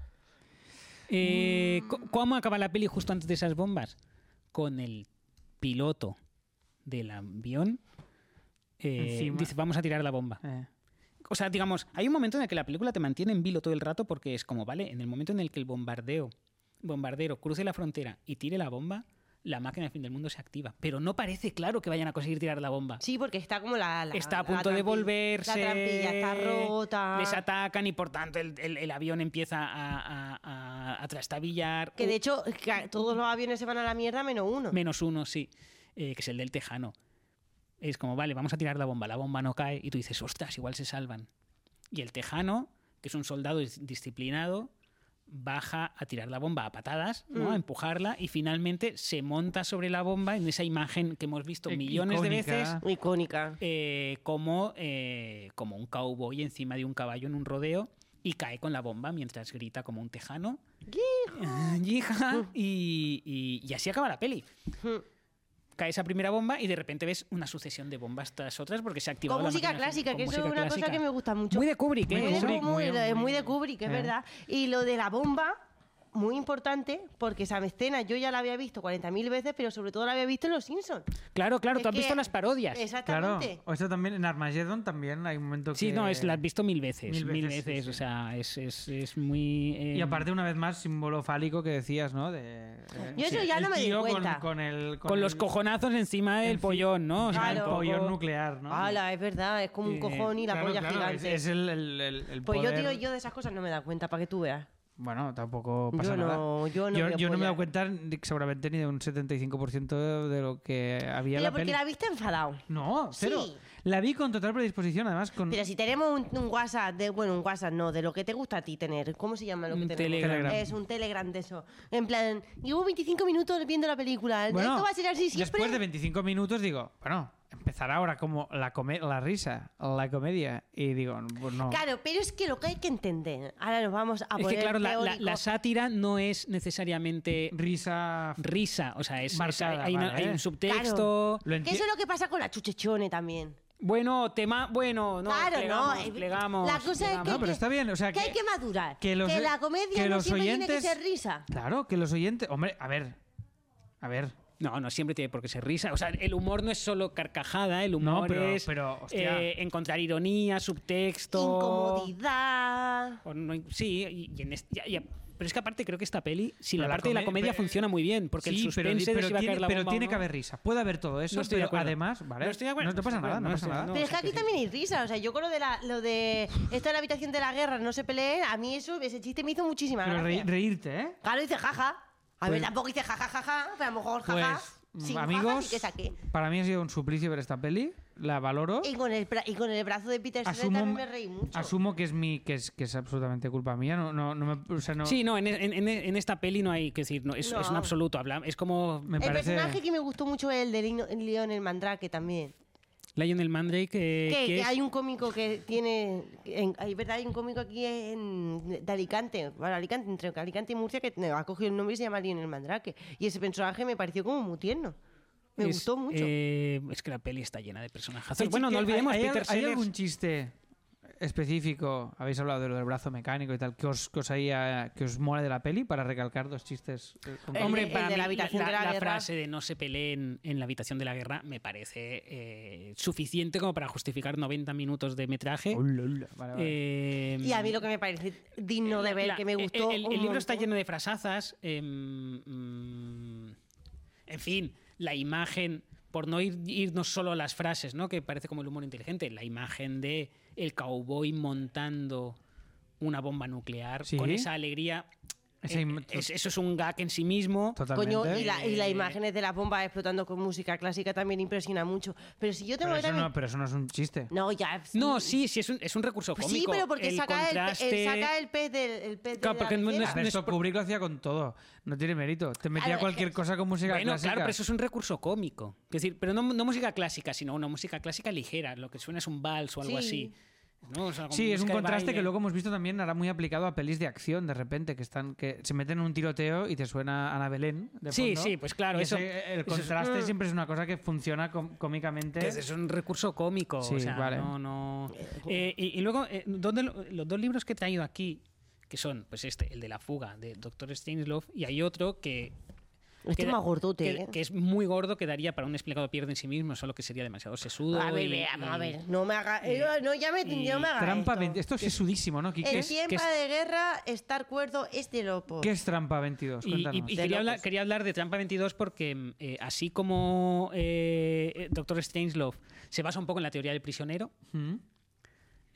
C: Eh, co- ¿Cómo acaba la peli justo antes de esas bombas? Con el piloto del avión. eh,
A: Encima.
C: dice, vamos a tirar la bomba.
A: Eh.
C: O sea, digamos, hay un momento en el que la película te mantiene en vilo todo el rato porque es como, vale, en el momento en el que el bombardeo, bombardero cruce la frontera y tire la bomba, la máquina del fin del mundo se activa. Pero no parece claro que vayan a conseguir tirar la bomba.
B: Sí, porque está como la. la-
C: está a
B: la
C: punto de
B: trampi-
C: volverse.
B: La trampilla está rota.
C: Les atacan y por tanto el, el- el avión empieza a, a- a- a trastabillar.
B: Que
C: Uh,
B: de hecho, ca- todos los aviones se van a la mierda menos uno.
C: Menos uno, sí. eh, que es el del Tejano. Es como, vale, vamos a tirar la bomba. La bomba no cae. Y tú dices, ostras, igual se salvan. Y el Tejano, que es un soldado dis- disciplinado, baja a tirar la bomba a patadas, ¿no?
B: Mm.
C: a empujarla. Y finalmente se monta sobre la bomba en esa imagen que hemos visto
A: Ic-
C: millones
A: icónica.
C: de veces.
B: Icónica.
C: eh, como, eh, como un cowboy encima de un caballo en un rodeo. Y cae con la bomba mientras grita como un tejano. ¡Hija! Y, y- y así acaba la peli cae esa primera bomba y de repente ves una sucesión de bombas tras otras porque se ha activado
B: Con
C: la
B: música
C: máquina
B: clásica,
C: con
B: que eso es
C: música
B: una
C: clásica.
B: cosa que me gusta mucho.
C: muy de Kubrick, ¿eh?
A: Muy de
B: Es
C: Eso.
A: Kubrick.
B: muy,
A: muy-
B: es muy de Kubrick, es
A: Eh.
B: verdad. Y lo de la bomba, muy importante, porque esa escena yo ya la había visto 40.000 veces, pero sobre todo la había visto en Los Simpsons.
C: Claro, claro,
B: Es
C: tú has
B: que-
C: visto las parodias.
A: Claro.
B: Exactamente.
A: O esto también, en Armageddon también hay un momento que...
C: Sí, no, es, la has visto mil veces, mil
A: Mil
C: veces,
A: veces, sí, sí.
C: o sea, es, es, es muy... eh,
A: Y aparte, una vez más, símbolo fálico que decías, ¿no? De, eh,
B: Yo eso ya
A: el
B: no me di
A: tío con-
B: cuenta.
A: Con, el,
C: Con los
A: el-
C: cojonazos encima
A: en
C: del
A: fin,
C: pollón, ¿no? O sea,
A: encima del
B: Claro.
C: un
A: pollón
C: poco-
A: nuclear, ¿no?
B: Hala, es verdad, es como un
A: Eh,
B: cojón y la
A: claro,
B: polla
A: claro,
B: gigante.
A: Es, es el, el, el- el
B: Pues yo,
A: poder-
B: tío, yo de esas cosas no me da cuenta, para que tú veas.
A: Bueno, tampoco pasa
B: Yo
A: nada.
B: no, yo no.
A: yo,
B: voy a
A: yo no me he dado
B: follar.
A: cuenta ni- seguramente ni de un 75% de lo que había en
B: Pero
A: la
B: porque
A: peli.
B: la viste enfadado.
A: No, cero.
B: Sí.
A: La vi con total predisposición, además
C: Mm.
A: con
B: Pero si tenemos un, un WhatsApp, de, bueno, un WhatsApp no, de lo que te gusta a ti tener. ¿Cómo se llama lo que
C: Un
B: tenemos?
C: Telegram.
B: Es un Telegram de eso. En plan, llevo 25 minutos viendo la película. ¿Esto va a ser así siempre?
A: Después de 25 minutos digo, bueno, empezará ahora como la, come- la risa, la comedia. Y digo, pues no.
B: Claro, pero es que lo que hay que entender. Ahora nos vamos a
C: Es
B: poner
C: que claro, la, la- la
B: Ah, teórico.
C: sátira no es necesariamente
A: Risa. f-
C: risa, o sea, es, es-
A: Marcada,
C: hay, una-
A: vale.
C: hay un
A: Lo
C: subtexto...
B: Que eso
A: entiendo.
B: es lo que pasa con la chuchechone también.
C: Bueno, tema... Bueno, no,
B: claro,
C: plegamos,
B: no. eh,
C: plegamos,
B: la cosa es
C: plegamos.
B: que,
A: No, pero
B: que-
A: está bien, o sea, que-
B: que hay que madurar.
A: que
B: Que,
A: los-
B: la comedia
A: que
B: no
A: los
B: siempre tiene que
A: oyentes-
B: ser risa.
A: Claro, que los oyentes. Hombre, a ver. A ver.
C: No, no siempre tiene por qué ser risa. O sea, el humor no es solo carcajada, el humor
A: pero-
C: es
A: pero, hostia.
C: eh, encontrar ironía, subtexto.
B: Incomodidad.
C: O no- sí, y, y en este- ya- ya- pero es que aparte creo que esta peli, si la,
A: Pero la
C: parte de la
A: come-
C: comedia
A: pero-
C: funciona muy bien, porque el
A: Sí,
C: suspense
A: di-
C: de si va a
A: tiene,
C: caer la
A: pero
C: bomba o
A: tiene
C: no.
A: que haber risa. Puede haber todo eso,
C: No estoy de
A: pero
C: acuerdo.
A: además, ¿vale?
C: No estoy de acuerdo,
A: te
C: no
A: pasa
C: estoy de
A: nada,
C: acuerdo,
A: no
C: no
A: pasa
C: estoy de
A: nada.
C: acuerdo.
B: Pero es que aquí también hay risa. O sea, yo con lo de, la, lo de esto de la habitación de la guerra, no se peleen, a mí eso, ese chiste me hizo muchísima
A: Pero
B: gracia.
A: reí- reírte, ¿eh?
B: Claro, dice jaja. A ver,
A: Pues-
B: tampoco dice jaja, jaja, pero a lo mejor jaja.
A: Pues,
B: sin jaja,
A: amigos,
B: sí que saqué.
A: para mí ha sido un suplicio ver esta peli. La valoro.
B: Y con, el, bra- y con el brazo de Peter Sellers
A: Asumo,
B: también me reí mucho.
A: asumo que es mi que es, que es absolutamente culpa mía. No, no, no me, o sea, no,
C: Sí, no, en, en- en- en esta peli no hay que decir, no, es,
B: No.
C: es un absoluto. habla- es como
A: me
B: el
A: parece.
B: personaje que me gustó mucho es el de Lino- Lionel Mandrake también.
C: Lionel Mandrake. eh,
B: Que,
C: que
B: que
C: es-
B: hay un cómico que tiene. En, hay verdad, hay un cómico aquí en, de Alicante. Bueno, Alicante, entre Alicante y Murcia, que ha cogido el nombre y se llama Lionel Mandrake. Y ese personaje me pareció como muy tierno. Me
C: Es,
B: gustó mucho.
C: eh, es que la peli está llena de personajes.
A: Sí,
C: bueno,
A: sí,
C: no
A: que
C: olvidemos
A: ¿hay, hay-
C: Peter
A: ¿Hay
C: Sellers.
A: algún chiste específico? Habéis hablado de lo del brazo mecánico y tal. Que os, que os, haya- que os mola de la peli para recalcar dos chistes? eh, con-
B: El
C: Hombre,
B: de- el
C: para
B: de la
C: mí la,
B: habitación
C: la-
B: de la
C: la
B: guerra.
C: frase de no se peleen en la habitación de la guerra me parece eh, suficiente como para justificar 90 minutos de metraje.
A: Hola, hola. Vale, vale.
C: Eh,
B: Y a mí lo que me parece digno de ver,
C: la-
B: que me
C: el-
B: gustó.
C: El, el
B: un
C: libro está
B: montón.
C: lleno de frasazas. em, mm, en fin, la imagen, por no ir- irnos solo a las frases, ¿no? Que parece como el humor inteligente, la imagen de el cowboy montando una bomba nuclear
A: Sí.
C: con esa alegría.
A: Esa
C: eh,
A: im-
C: es- eso es un gag en sí mismo.
A: Totalmente.
B: Coño, y, la- y las
C: Eh,
B: imágenes de las bombas explotando con música clásica también impresiona mucho. Pero si yo tengo
A: pero,
B: que
A: eso
B: también-
A: no, pero eso no es un chiste.
B: No, ya.
C: No, sí, sí, es un, es un recurso
B: Pues sí,
C: cómico.
B: pero porque
C: el
B: saca, el, pe-
C: contraste-
B: el, saca el pez del. El pez de
C: Claro,
B: la
C: porque no es-
A: A
B: pecera.
A: ver,
C: no
A: esto Kubrick lo hacía con todo. No tiene mérito. Te metía
B: Claro,
A: cualquier
B: es-
A: cosa con música
C: Bueno,
A: clásica.
C: claro, pero eso es un recurso cómico. Es decir, pero no, no música clásica, sino una música clásica ligera. Lo que suena es un vals o algo
B: Sí.
C: así. ¿no? O sea, como
A: Sí, es un
C: música de
A: contraste
C: baile.
A: que luego hemos visto también ahora muy aplicado a pelis de acción de repente que están que se meten en un tiroteo y te suena Ana Belén de
C: Sí,
A: fondo.
C: sí, pues claro,
A: Y
C: eso-
A: ese- el
C: eso es-
A: contraste siempre es una cosa que funciona com- cómicamente.
C: Que Es un recurso cómico.
A: Sí,
C: o sea,
A: vale.
C: no, no. Eh, y, y luego, eh, ¿dónde lo- los dos libros que he traído aquí, que son, pues este, el de la fuga de Dr. Stanislov, y hay otro que.
B: Este
C: que
B: es
C: da-
B: más gordote.
C: que,
B: ¿eh?
C: que es muy gordo, que daría para un explicado pierde en sí mismo, solo que sería demasiado sesudo.
B: a ver,
C: y-
B: vea, a
C: y-
B: ver. No me haga. eh, no, ya me,
C: y
B: no me haga.
A: trampa
B: esto.
A: 22. Esto es sudísimo, ¿no, Kike?
B: En
A: ¿Qué, es-
B: tiempo
C: es-
B: de guerra, estar cuerdo es de loco.
A: qué es trampa 22?
C: Y- Y,
A: Pues Cuéntanos.
C: y
B: De
C: quería, hablar,
B: locos.
C: quería hablar de Trampa 22 porque mm, eh, así como eh, Doctor Strangelove se basa un poco en la teoría del prisionero,
A: ¿Mm?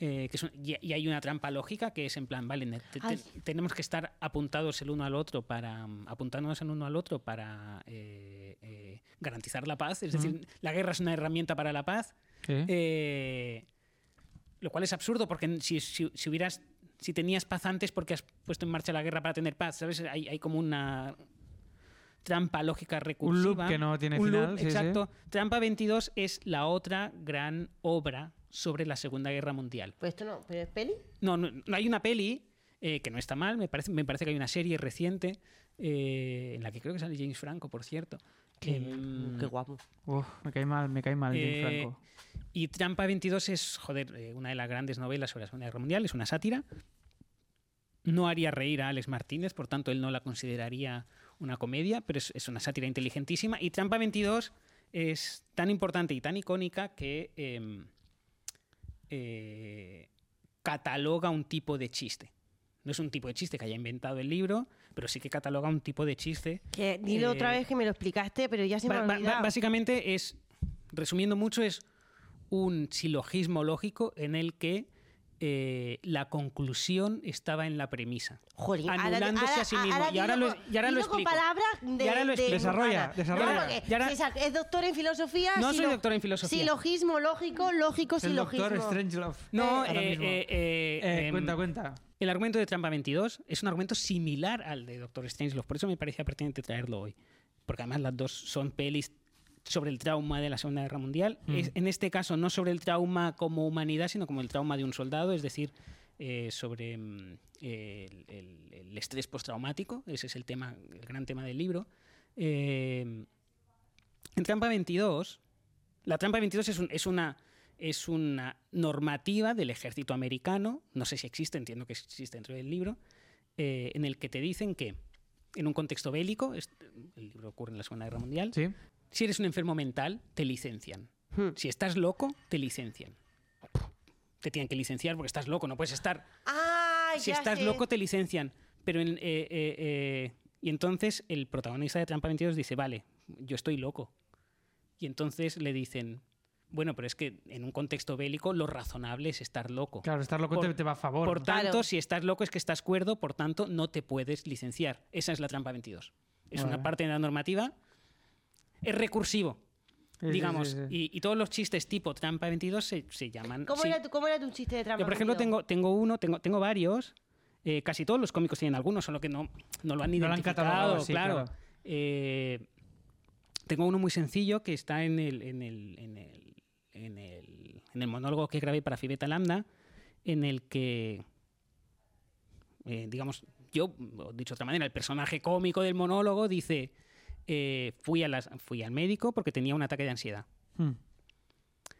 C: eh, que es un- y, y hay una trampa lógica que es en plan, vale, ne- te- te-
B: Ay.
C: tenemos que estar apuntados el uno al otro para mm, apuntándonos el uno al otro para eh, eh, garantizar la paz. Es decir, la guerra es una herramienta para la paz.
A: Sí.
C: Eh, lo cual es absurdo porque si, si- si hubieras si tenías paz antes porque has puesto en marcha la guerra para tener paz, ¿sabes? Hay, hay como una trampa lógica recursiva.
A: loop que no tiene
C: Un loop,
A: final, sí, sí.
C: exacto. Trampa 22 es la otra gran obra sobre la Segunda Guerra Mundial.
B: Pues esto no, pero es peli.
C: No, no, no hay una peli eh, que no está mal, me parece, me parece que hay una serie reciente eh, en la que creo que sale James Franco, por cierto. Em,
B: Mm, Qué guapo.
A: Uf, me cae mal, me cae mal, James
C: eh,
A: Franco.
C: Y Trampa 22 es, joder, eh, una de las grandes novelas sobre la Segunda Guerra Mundial, es una sátira. No haría reír a Alex Martínez, por tanto él no la consideraría una comedia, pero es, es una sátira inteligentísima. Y Trampa 22 es tan importante y tan icónica que em, eh, cataloga un tipo de chiste. No es un tipo de chiste que haya inventado el libro, pero sí que cataloga un tipo de chiste
B: Que, dilo
C: Eh,
B: otra vez que me lo explicaste, pero ya se me
C: Ba-
B: ha
C: ba- ba-
B: olvidado.
C: básicamente es, resumiendo mucho, es un silogismo lógico en el que eh, la conclusión estaba en la premisa.
A: Eh,
B: Jolín, ahora-
C: anulándose
B: ahora-
C: a sí mismo. Y ahora
B: dilo
C: lo-
B: con-
C: y ahora lo
B: dilo con
C: explico.
B: palabras de,
C: Y ahora lo
B: de
C: explico.
A: Desarrolla,
B: Montana.
A: desarrolla.
B: No, porque
C: Y ahora-
B: César es doctor en filosofía.
C: No soy
B: silo-
C: doctor en filosofía.
B: Silogismo lógico, lógico,
A: Es el
B: silogismo.
A: doctor Strangelove.
C: No,
A: Ahora
C: eh,
A: mismo.
C: eh, eh,
A: Eh,
C: em,
A: cuenta, cuenta.
C: el argumento de Trampa 22 es un argumento similar al de Dr. Strangelove, por eso me parecía pertinente traerlo hoy. Porque además las dos son pelis sobre el trauma de la Segunda Guerra Mundial.
A: Mm.
C: Es- en este caso, no sobre el trauma como humanidad, sino como el trauma de un soldado, es decir, eh, sobre mm, el, el- el estrés postraumático. Ese es el, tema, el gran tema del libro. Eh, en Trampa 22, la Trampa 22 es, un- es una es una normativa del ejército americano, no sé si existe, entiendo que existe dentro del libro, eh, en el que te dicen que en un contexto bélico, es- el libro ocurre en la Segunda Guerra Mundial,
A: Sí.
C: si eres un enfermo mental, te licencian.
B: Hmm.
C: Si estás loco, te licencian. Te tienen que licenciar porque estás loco, no puedes estar
B: Ah,
C: si
B: ya
C: estás
B: sé.
C: loco te licencian. Pero en- eh, eh, eh, y entonces el protagonista de Trampa 22 dice, vale, yo estoy loco. Y entonces le dicen, bueno, pero es que en un contexto bélico lo razonable es estar loco.
A: Claro, estar loco
C: Por-
A: te, te va a favor.
C: Por
A: ¿no?
C: tanto,
B: Claro.
C: si estás loco es que estás cuerdo, por tanto no te puedes licenciar. Esa es la Trampa 22. Es
A: Vale.
C: una parte de la normativa. Es recursivo,
A: Sí, sí,
C: digamos.
A: sí, sí.
C: Y, y todos los chistes tipo Trampa 22 se, se llaman...
B: ¿Cómo,
C: sí,
B: era tu, ¿Cómo era tu chiste de trampa?
C: yo, por ejemplo,
B: Camilo?
C: tengo, tengo uno, tengo, tengo varios. Eh, casi todos los cómicos tienen algunos, solo que no, no lo han
A: No lo han
C: identificado.
A: catalogado, sí,
C: claro.
A: claro.
C: Eh, tengo uno muy sencillo que está en el, en el, en el, en el, en el monólogo que grabé para Fibeta Lambda, en el que, eh, digamos, yo, o dicho de otra manera, el personaje cómico del monólogo dice... eh, fui, a las, fui al médico porque tenía un ataque de ansiedad.
A: Hmm.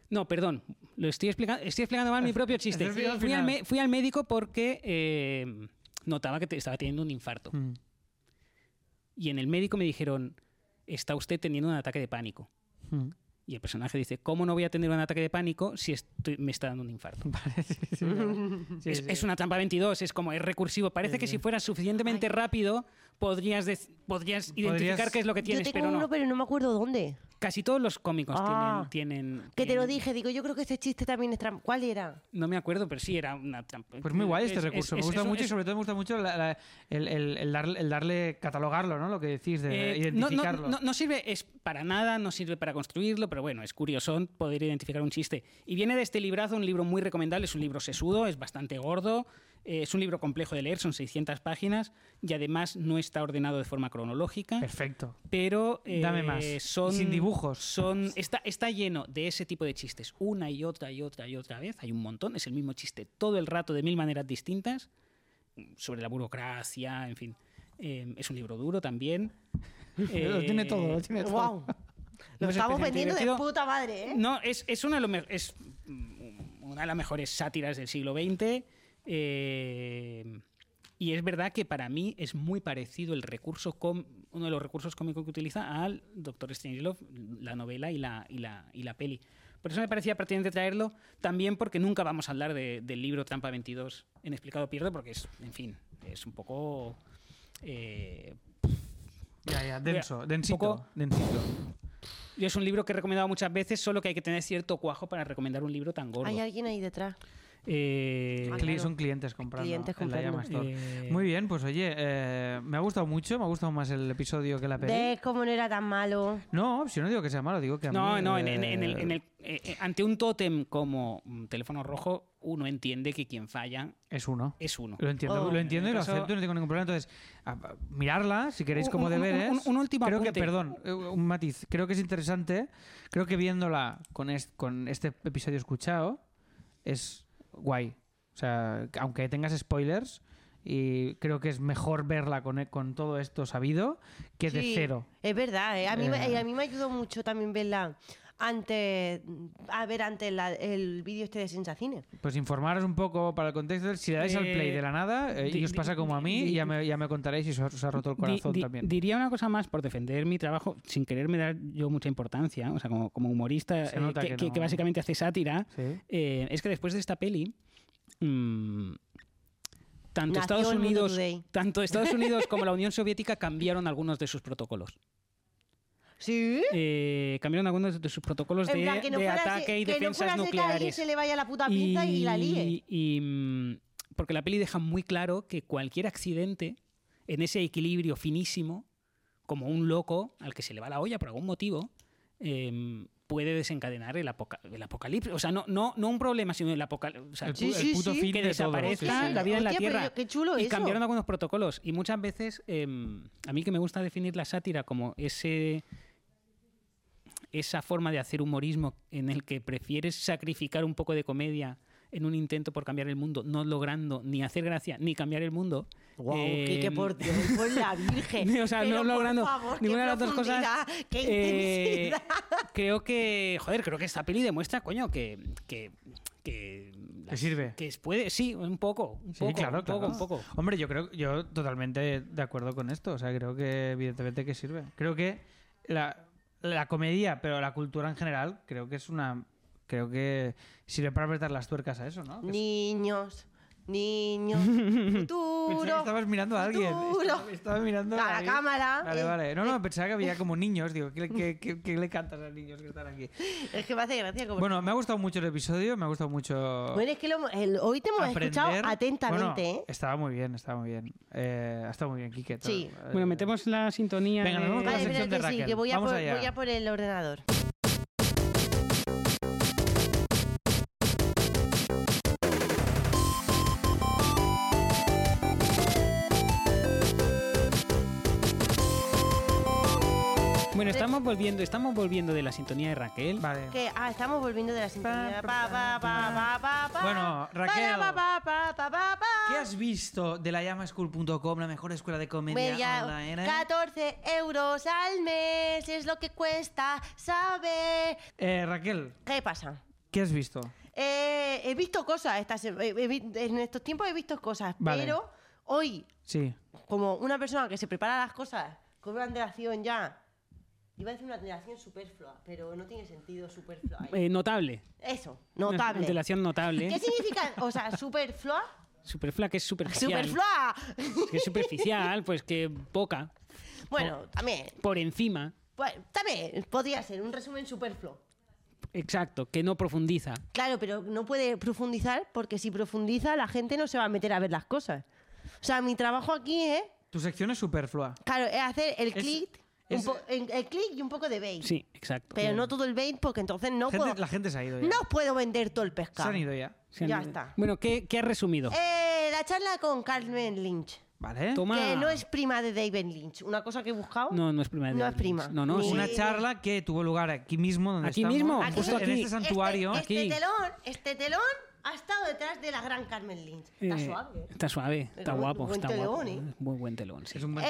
C: No, perdón, lo estoy explicando, estoy explicando mal mi propio chiste.
A: es el
C: Fui al,
A: final.
C: me- fui al médico porque eh, notaba que te- estaba teniendo un infarto.
A: Hmm.
C: Y en el médico me dijeron, está usted teniendo un ataque de pánico.
A: Hmm.
C: Y el personaje dice, ¿cómo no voy a tener un ataque de pánico si estoy- me está dando un infarto?
A: Vale, sí, sí, claro. Sí,
C: es,
A: sí.
C: es una trampa 22, es como, es recursivo. Parece
A: Sí,
C: que
A: sí.
C: si fuera suficientemente rápido, podrías, dec- podrías identificar qué es lo que
B: Yo
C: tienes,
B: tengo
C: pero
B: uno,
C: no.
B: pero no me acuerdo dónde.
C: Casi todos los cómicos
B: Ah,
C: tienen, tienen-
B: Que te lo
C: tienen-
B: dije, digo, yo creo que este chiste también es trampa. ¿Cuál era?
C: No me acuerdo, pero sí era una trampa.
A: Pues muy guay este
C: Es- es-
A: recurso.
C: es-
A: me gusta
C: es-
A: mucho
C: es-
A: y sobre todo me gusta mucho la- la- el, el- el darle, el darle- catalogarlo, ¿no? Lo que decís, de
C: eh, no, no-
A: identificarlo.
C: no- no sirve es para nada, no sirve para construirlo, pero bueno, es curioso poder identificar un chiste. Y viene de este librazo, un libro muy recomendable, es un libro sesudo, es bastante gordo, eh, es un libro complejo de leer, son 600 páginas y además no está ordenado de forma cronológica.
A: Perfecto.
C: pero eh,
A: Dame más.
C: son
A: Y sin dibujos.
C: son está, está lleno de ese tipo de chistes una y otra y otra y otra vez hay un montón es el mismo chiste todo el rato de mil maneras distintas sobre la burocracia en fin Eh, es un libro duro también
A: Lo tiene todo, lo
C: Eh,
A: tiene todo.
B: ¡Wow! Lo
C: No es
B: estamos
C: especialmente
B: vendiendo de
C: divertido.
B: puta madre, ¿eh?
C: no es, es una de lo me- es mm, una de las mejores sátiras del siglo XX eh, y es verdad que para mí es muy parecido el recurso com- uno de los recursos cómicos que utiliza al Doctor Strangelove, la novela y la, y la, y la peli. Por eso me parecía pertinente traerlo, también porque nunca vamos a hablar de- del libro Trampa 22 en Explicado Pierdo, porque es, en fin, es un poco... eh,
A: Ya, ya, denso,
C: un
A: densito,
C: poco-
A: densito.
C: y es un libro que he recomendado muchas veces, solo que hay que tener cierto cuajo para recomendar un libro tan gordo.
B: Hay alguien ahí detrás.
C: Eh,
B: Ah,
A: Cli-
B: claro.
A: Son clientes comprando.
B: Clientes
A: en la
B: comprando.
A: Llama Store.
C: Eh,
A: Muy bien, pues oye, eh, me ha gustado mucho, me ha gustado más el episodio que la peli.
B: ¿Ves cómo no era tan malo?
A: No, si no digo que sea malo, digo que a
C: No,
A: mí,
C: no, en, en-
A: eh,
C: en el, en el- eh, eh, ante un tótem como mm, teléfono rojo, uno entiende que quien falla
A: es uno.
C: es uno.
A: Lo entiendo,
B: Oh.
A: lo entiendo y
C: En
A: lo
C: el caso-
A: acepto, no tengo ningún problema. Entonces, a- a- mirarla, si queréis,
C: Un-
A: como
C: un- un-
A: deberes.
C: un- un último
A: creo que,
C: apunte.
A: perdón, eh, un matiz. Creo que es interesante. Creo que viéndola con, es- con este episodio escuchado, es guay. O sea, aunque tengas spoilers, y creo que es mejor verla con, e, con todo esto sabido que de
B: Sí,
A: cero.
B: Es verdad, ¿eh? a, mí, me-
A: Eh.
B: a mí me ayudó mucho también verla antes, a ver antes la- el vídeo este de Sensacine.
A: Pues informaros un poco para el contexto. Si le dais al play
C: Eh,
A: de la nada eh, y
C: di-
A: os pasa
C: di-
A: como a mí,
C: di-
A: ya me, ya me contaréis si os, ha- os ha roto el
C: Di-
A: corazón
C: di-
A: también.
C: Diría una cosa más por defender mi trabajo, sin quererme dar yo mucha importancia, o sea, como, como humorista
A: Se
C: eh,
A: nota
C: que,
A: que
C: que-
A: no.
C: que básicamente hace sátira,
A: Sí.
C: eh, es que después de esta peli, mm, tanto
B: Nació
C: Estados
B: el mundo
C: Unidos,
B: today.
C: tanto Estados Unidos como la Unión Soviética cambiaron algunos de sus protocolos.
B: Sí.
C: eh, cambiaron algunos de sus protocolos de,
B: en plan, que no
C: de
B: fuera
C: ataque
B: se-
C: y
B: que no
C: defensas
B: fuera se que a alguien
C: nucleares.
B: se le vaya la puta pinza y, la líe.
C: y, mm, porque la peli deja muy claro que cualquier accidente, en ese equilibrio finísimo, como un loco al que se le va la olla por algún motivo, em, puede desencadenar el, apoca- el apocalipsis. O sea, no, no, no un problema, sino el apocalipsis.
A: El, pu-
B: Sí, sí,
A: el puto
B: sí.
A: fin
C: Que
A: de todo.
C: desaparezca
A: Sí, sí.
C: la vida en
B: Hostia, pero
C: tierra.
B: yo- qué chulo
C: y
B: eso.
C: cambiaron algunos protocolos. Y muchas veces, eh, a mí que me gusta definir la sátira como ese esa forma de hacer humorismo en el que prefieres sacrificar un poco de comedia en un intento por cambiar el mundo, no logrando ni hacer gracia ni cambiar el mundo.
B: Guau,
C: Eh,
B: Quique, por Dios, por la Virgen.
C: o sea,
B: Pero,
C: no
B: por
C: logrando
B: favor,
C: ninguna
B: qué
C: de las dos cosas.
B: profundidad, Qué
C: eh,
B: intensidad.
C: creo que, joder, creo que esta peli demuestra, coño, que... que, que
A: Que sirve.
C: que puede, sí, un poco, un
A: Sí,
C: poco,
A: claro,
C: un poco,
A: claro.
C: un poco.
A: Hombre, yo creo, yo totalmente de acuerdo con esto. O sea, creo que evidentemente que sirve. Creo que la, la comedia, pero la cultura en general, creo que es una, creo que sirve para apretar las tuercas a eso, ¿no? Que es-
B: Niños, niños,
A: Pensé que
B: futuro.
A: estabas mirando a alguien.
B: Futuro.
A: Estaba, estaba mirando
B: A la
A: alguien.
B: cámara.
A: Vale,
B: Eh,
A: vale. No, no, pensaba que había como niños. Digo, ¿qué, le- qué- qué- qué le cantas a los niños que están aquí?
B: Es que me hace gracia. Como...
A: Bueno, me ha gustado mucho el episodio, me ha gustado mucho.
B: Bueno, es que lo hemos- el- hoy te hemos
A: aprender.
B: escuchado atentamente,
A: Bueno,
B: ¿eh?
A: Estaba muy bien, estaba muy bien. Eh, ha estado muy bien, Quique.
B: Sí.
A: todo. Eh,
C: Bueno, metemos la sintonía.
A: Venga, nos vamos con la
B: Vale,
A: sección de
B: espérate, sí,
A: Raquel.
B: que voy a,
A: Vamos
B: por,
A: allá.
B: voy a por el ordenador.
C: Bueno, estamos volviendo, estamos volviendo de la sintonía de Raquel.
A: Vale.
B: Que, ah, estamos volviendo de la
A: Pa,
B: sintonía. Pa, pa, pa, pa, pa, pa.
A: Bueno, Raquel.
B: Pa, pa, pa, pa, pa, pa.
A: ¿Qué has visto de la llamaschool.com, la mejor escuela de comedia
B: Media-
A: online?
B: 14 euros al mes es lo que cuesta saber.
A: Eh, Raquel,
B: ¿Qué pasa?
A: ¿qué has visto?
B: Eh, he visto cosas estas, he- he vi- en estos tiempos he visto cosas,
A: Vale.
B: pero hoy,
A: Sí.
B: como una persona que se prepara las cosas con una antelación ya, iba a decir una antelación superflua, pero no tiene sentido superflua.
C: Eh, notable.
B: Eso,
C: Una
B: notable.
C: Antelación notable.
B: ¿Qué significa? O sea, superflua.
C: Superflua, que es superficial.
B: ¡Superflua!
C: Que es superficial, pues que poca.
B: Bueno, también.
C: Por encima.
B: pues, también podría ser un resumen superfluo.
C: Exacto, que no profundiza.
B: Claro, pero no puede profundizar porque si profundiza la gente no se va a meter a ver las cosas. O sea, mi trabajo aquí es,
A: Tu sección es superflua.
B: claro, es hacer el clic, un
A: es-
B: po- el, el clic y un poco de bait.
C: Sí, exacto.
B: Pero no todo el bait porque entonces no
A: Gente-
B: puedo,
A: la gente se ha ido ya.
B: no puedo vender todo el
A: Se
B: pescado.
A: han ido ya.
C: Se han
B: ya
C: ido.
B: está.
C: Bueno, ¿qué, qué has resumido?
B: Eh, la charla con Carmen Lynch,
A: Vale.
C: Toma.
B: que no es prima de David Lynch, una cosa que he buscado.
C: Ah. No, no es prima. de
B: No es
C: David Lynch.
B: prima.
C: No, no,
B: Ni-
C: sí. Eh,
A: Una charla que tuvo lugar aquí mismo, donde
C: Aquí
A: estamos.
C: mismo,
B: Aquí
C: justo
B: mismo.
A: en
C: aquí.
A: este santuario.
B: Este,
C: aquí.
B: este telón, este telón ha estado detrás de la gran Carmen Lynch. Está
C: Eh,
B: suave. ¿eh?
C: Está suave, está
B: Pero buen-
C: guapo,
B: buen
C: está
B: telón,
C: guapo.
B: ¿eh?
C: Muy buen telón, sí.
A: Es un buen
B: Eh,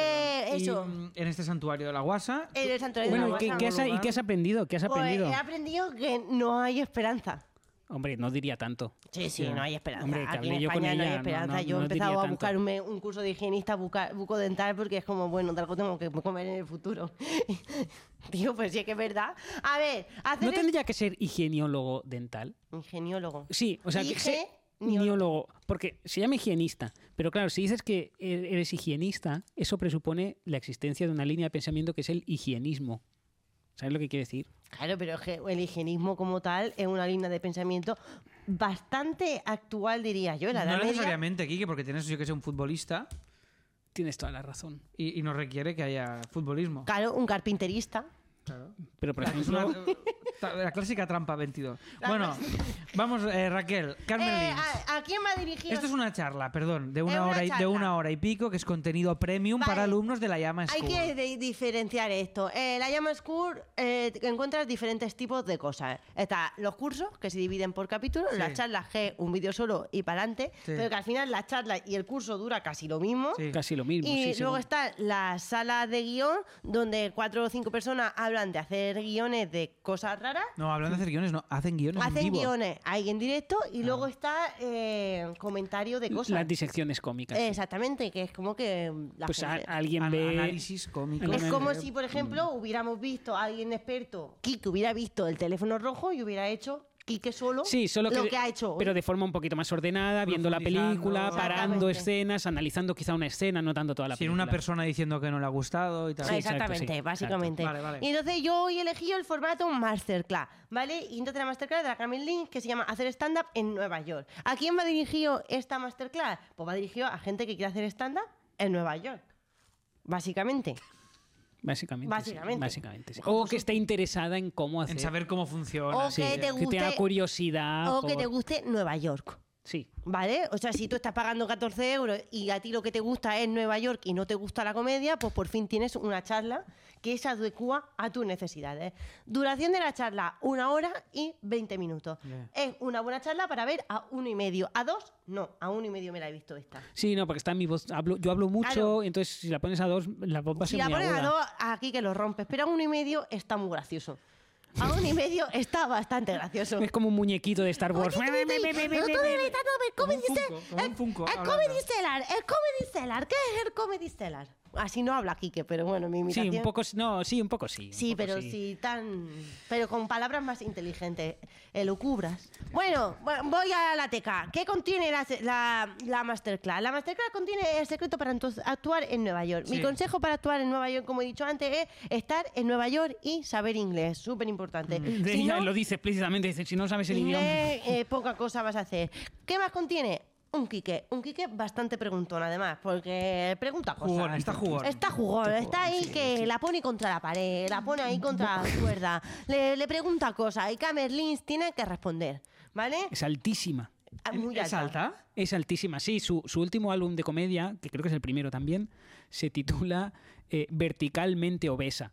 A: telón. Y,
B: eso. Eh,
A: mm, en este santuario de la Guasa.
B: En el santuario de la
C: Bueno, ¿y qué,
B: Guasa.
C: qué has, y qué has aprendido? ¿Qué has
B: Pues
C: aprendido?
B: he aprendido que no hay esperanza.
C: Hombre, no diría tanto.
B: Sí, sí, no hay esperanza.
C: Hombre, que
B: Aquí en
C: hablé yo con
B: España no
C: ella,
B: hay
C: no,
B: esperanza.
C: no,
B: yo
C: no
B: he empezado a
C: diría tanto.
B: buscarme un curso de higienista buca- bucodental porque es como, bueno, de algo tengo que comer en el futuro. Tío, pues sí que es verdad. A ver, hacer
C: ¿No tendría que ser higieniólogo dental?
B: ingeniólogo.
C: Sí, o sea, que se- niólogo, porque se llama higienista, pero claro, si dices que e- eres higienista, eso presupone la existencia de una línea de pensamiento que es el higienismo. ¿Sabes lo que quiere decir?
B: Claro, pero es que el higienismo como tal es una línea de pensamiento bastante actual, diría yo. La edad
A: No
B: media.
A: necesariamente, Kike, porque tienes, yo que sé, un futbolista
C: Tienes toda la razón.
A: y, y no requiere que haya futbolismo.
B: Claro, un carpinterista.
A: Claro.
C: Pero por
A: Es
C: ejemplo,
A: una- ta- la clásica trampa 22. Bueno, vamos, eh, Raquel, Carmen
B: Eh,
A: Lynch.
B: ¿a, a quién va dirigido?
A: Esto es una charla, perdón, de una,
B: Es una
A: hora, y, de
B: charla.
A: una hora y pico, que es contenido premium
B: Vale.
A: para alumnos de la llama
B: Hay
A: School.
B: que de- diferenciar esto. Eh, la llama School eh, encuentras diferentes tipos de cosas. Está los cursos, que se dividen por capítulos,
A: Sí.
B: las charlas G, un vídeo solo y para adelante,
A: Sí.
B: pero que al final la charla y el curso dura casi lo mismo.
A: Sí.
C: casi lo mismo.
B: Y
C: sí,
B: luego
C: según-
B: está la sala de guión, donde cuatro o cinco personas hablan de hacer guiones de cosas raras.
A: No, hablando de hacer guiones, no, hacen guiones en
B: Hacen
A: vivo. Ah.
B: guiones ahí en directo y luego está eh, comentario de cosas.
C: las disecciones cómicas. sí.
B: Exactamente, que es como que mm, la
C: pues a-
B: gente-
C: alguien
A: An-
C: ve...
A: análisis cómico.
B: Es
C: Totalmente.
B: como si, por
C: mm.
B: ejemplo, hubiéramos visto a alguien experto, Kike hubiera visto el teléfono rojo y hubiera hecho Kike solo,
C: Sí, solo que,
B: lo que ha hecho. hoy.
C: Pero de forma un poquito más ordenada, viendo la
A: Profundizando.
C: película, parando
B: Exactamente.
C: escenas, analizando quizá una escena, no tanto toda la
A: Sin
C: película.
A: una persona diciendo que no le ha gustado y tal.
B: Ah,
C: Sí, exacto,
B: Exactamente,
C: sí,
B: básicamente.
A: exacto. Vale, vale.
B: Y entonces yo hoy he elegido el formato masterclass, ¿vale? Y entonces la masterclass de la Carmen Lynch que se llama Hacer stand-up en Nueva York. ¿A quién va dirigido esta masterclass? Pues va dirigido a gente que quiere hacer stand-up en Nueva York. Básicamente.
C: Básicamente. sí,
B: Básicamente.
C: básicamente, sí. O que esté interesada en cómo hacer.
A: En saber cómo funciona.
B: O que te
C: que tenga
B: guste-
C: curiosidad.
B: o que
C: Ah, por-
B: te guste Nueva York.
C: Sí.
B: ¿Vale? O sea, si tú estás pagando 14 euros y a ti lo que te gusta es Nueva York y no te gusta la comedia, pues por fin tienes una charla que se adecua a tus necesidades. Duración de la charla, una hora y 20 minutos.
A: Yeah.
B: Es una buena charla para ver a uno y medio. A dos, no, a uno y medio me la he visto esta.
C: Sí, no, porque está mi voz. Hablo, yo hablo mucho,
B: Claro.
C: entonces si la pones a dos, la voz va a
B: Si
C: ser
B: la
C: muy
B: pones a
C: aguda.
B: dos, aquí que lo rompes, pero a uno y medio está muy gracioso. A uno y medio está bastante gracioso.
C: Es como un muñequito de Star Wars.
A: Como
B: ¿Cómo
A: un
B: dice? Eh,
A: Funko, como un Funko
B: El
A: hablando.
B: Comedy Cellar, el Comedy Cellar, ¿qué es el Comedy Cellar? Así no habla Quique, pero bueno, mi
C: Sí,
B: imitación.
C: un poco, no, sí, un poco sí. un
B: Sí,
C: poco
B: pero sí tan... Pero con palabras más inteligentes, elucubras. Bueno, bu- voy a la teca. ¿Qué contiene la, se- la, la masterclass? La masterclass contiene el secreto para entu- actuar en Nueva York. Mi
A: Sí.
B: consejo para actuar en Nueva York, como he dicho antes, es estar en Nueva York y saber inglés. Súper importante.
C: De-
B: Si
C: ella
B: no-
C: Mm, lo dice explícitamente, dice, si no sabes el idioma.
B: Inglés, eh, poca cosa vas a hacer. ¿Qué más contiene? Un quique. Un quique bastante preguntón, además, porque pregunta cosas.
A: Jugón, está jugón.
B: Está jugón, está ahí que la pone contra la pared, la pone ahí contra la cuerda, le, le pregunta cosas y Camerlins tiene que responder, ¿vale?
C: Es altísima.
B: Ah, Muy
A: ¿Es alta?
C: Es altísima, sí. Su, su último álbum de comedia, que creo que es el primero también, se titula eh, Verticalmente Obesa.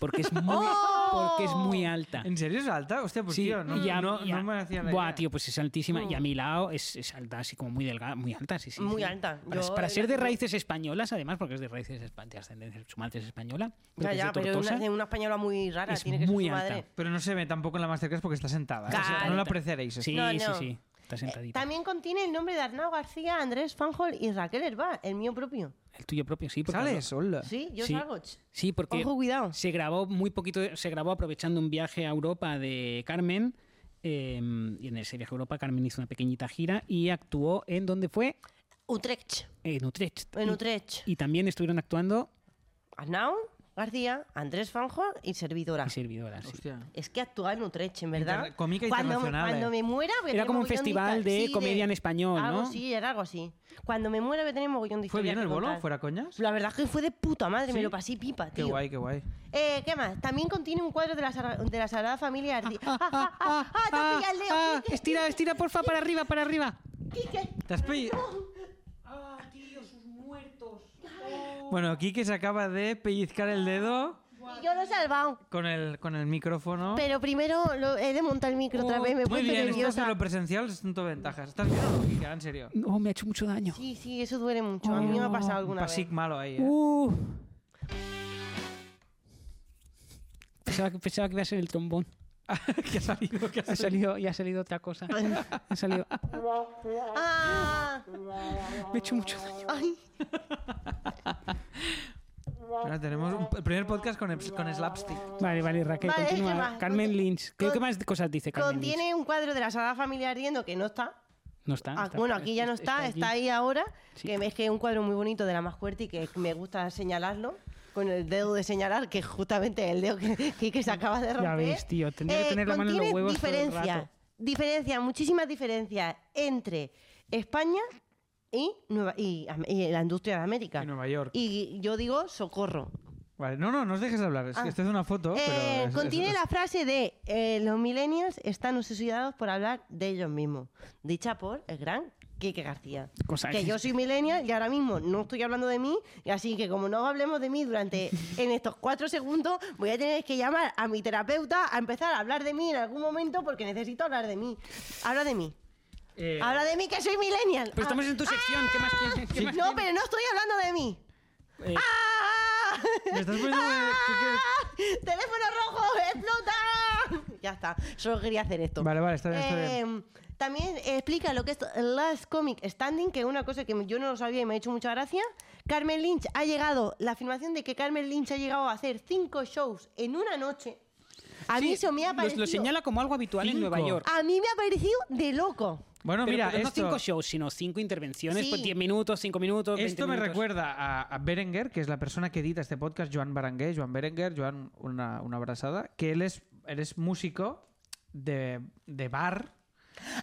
C: porque es muy, porque es muy alta.
A: ¿En serio es alta? Hostia, pues
C: Sí,
A: tío, no,
C: y a-
A: no,
C: y a-
A: no me hacía la
C: Buah,
A: idea.
C: tío, pues es altísima. Y a
B: Mm.
C: mi lado es, es alta, así como muy delgada, muy alta, sí, sí.
B: Muy
C: sí.
B: alta.
C: Para,
B: Yo
C: para
B: era-
C: ser de raíces españolas, además, porque es de raíces espa- de ascendencia, su madre es española. creo
B: Ya,
C: que es de
B: ya, pero
C: Tortosa.
B: una, de una española muy rara,
C: Es
B: tiene que ser
C: muy
B: su
C: alta.
B: madre.
A: Pero no se ve tampoco en la Masterclass porque está sentada. ¿eh? O sea,
B: Claro.
A: no lo apreciaréis.
C: Sí,
B: No,
C: sí,
B: no.
C: sí. Está
B: Eh,
C: sentadita.
B: También contiene el nombre de Arnau García, Andrés Fanjol y Raquel Herba, el mío propio.
C: El tuyo propio, sí. porque-
A: ¿Sales? Hola.
B: Sí, yo
C: Sí.
B: salgo. ch.
C: Sí, porque
B: Ojo, cuidado.
C: se grabó muy poquito, de- se grabó aprovechando un viaje a Europa de Carmen. eh, y en ese viaje a Europa, Carmen hizo una pequeñita gira y actuó en donde fue
B: Utrecht.
C: en Utrecht.
B: En
C: Y-
B: Utrecht.
C: Y también estuvieron actuando
B: Arnau García, Andrés Fanjol y servidora.
C: y servidoras. sí.
A: Hostia.
B: Es que actúa en Utrecht, en verdad.
A: Inter- cómica
B: cuando, me-
A: internacional,
B: cuando
A: eh.
B: me muera, voy a
C: Era
B: tener
C: como un
B: mogollón de
C: festival
B: hista-
C: de
B: sí,
C: comedia en español,
B: algo
C: ¿no?
B: así, era algo así. Cuando me muera, voy a tener mogollón de
A: ¿Fue
B: historias
A: bien el
B: que
A: bolo?
B: contar.
A: ¿Fuera coñas?
B: La verdad es que fue de puta madre, me
A: ¿Sí?
B: lo pasé pipa,
A: Qué
B: tío.
A: guay, qué guay.
B: Eh, ¿Qué más? También contiene un cuadro de la, Sagra- de la Sagrada Familia Ardi. ¡Ah, ah, ah! ¡Ah, te has pillado el dedo!
C: ah, estira, estira, porfa, para arriba, para arriba.
B: Quique,
A: ¿Te has pillado? Bueno, Kike se acaba de pellizcar el dedo
B: Y yo lo he salvado.
A: con el, con el micrófono.
B: Pero primero lo- he de montar el micro otra vez, me he
A: Muy
B: puesto
A: bien, esto es de
B: nerviosa.
A: lo presencial, son todo ventajas. ¿Estás bien o no, Kike? En serio.
C: No, Oh, me ha hecho mucho daño.
B: Sí, sí, eso duele mucho. A mí me ha pasado
A: Un
B: alguna vez.
A: pasic malo ahí, ¿eh?
C: Uh. Pensaba que, pensaba que iba a ser el trombón.
A: ¿Qué ha salido? ¿Qué ha
C: Ha
A: salido?
C: salido, y ha salido otra cosa. Ha salido.
B: ¡Ah!
C: Me ha hecho mucho daño.
B: ¡Ay!
A: Ahora tenemos un- el primer podcast con, eps- con slapstick.
C: Vale, vale, Raquel,
B: Vale, ¿qué
C: continúa.
B: más?
C: Carmen Lynch. ¿Qué,
B: Con-
C: qué más cosas dice Carmen Lynch?
B: Contiene un cuadro de la Sagrada Familia Ardiendo que no está.
C: No está.
B: Ah,
C: está-
B: bueno, aquí ya no está,
C: allí.
B: está ahí ahora.
C: Sí.
B: Que es que es un cuadro muy bonito de la más fuerte y que me gusta señalarlo con el dedo de señalar, que es justamente el dedo que, que- que se acaba de romper. Eh,
C: Ya ves, tío, tendría que tener la mano en los
B: contiene
C: huevos todo el
B: diferencia,
C: rato.
B: diferencia, muchísimas diferencias entre España y, Nueva- y, Am- y la industria de América.
A: En Nueva York.
B: Y yo digo socorro.
A: Vale, no, no, no os dejes hablar. Es que
B: Ah.
A: esto es una foto, pero...
B: Eh,
A: es- es-
B: contiene la frase de eh, los millennials están obsesionados por hablar de ellos mismos, dicha por el gran Quique García.
C: Cosa
B: que
C: que-
B: yo soy millennial y ahora mismo no estoy hablando de mí, y así que como no hablemos de mí durante en estos cuatro segundos, voy a tener que llamar a mi terapeuta a empezar a hablar de mí en algún momento porque necesito hablar de mí. Habla de mí.
A: Eh,
B: Habla de mí que soy millennial.
C: Pero pues estamos en tu sección, ¿qué más quieres? ¿Qué
B: Ah,
C: más
B: no,
C: quieres?
B: pero no estoy hablando de mí.
C: Eh,
B: ¡Ah!
A: Me estás poniendo muy-
B: ¡Ah! ¡Teléfono rojo! ¡Explota! Ya está, solo quería hacer esto.
A: Vale, vale, está bien, está bien.
B: Eh, También explica lo que es Last Comic Standing, que es una cosa que yo no lo sabía y me ha hecho mucha gracia. Carmen Lynch ha llegado, la afirmación de que Carmen Lynch ha llegado a hacer cinco shows en una noche, a
C: sí,
B: mí eso me ha
C: los-
B: parecido...
C: Lo señala como algo habitual en Nueva
A: Cinco.
C: York.
B: A mí me ha parecido de loco.
A: Bueno,
C: Pero-
A: mira,
C: pero
A: esto,
C: no cinco shows, sino cinco intervenciones,
B: Sí.
C: pues 10 minutos, 5 minutos. 20
A: esto me
C: minutos.
A: recuerda a, a Berenguer, que es la persona que edita este podcast, Joan Barangué, Joan Berenguer, Joan una, una abrazada, que él es, él es músico de, de bar.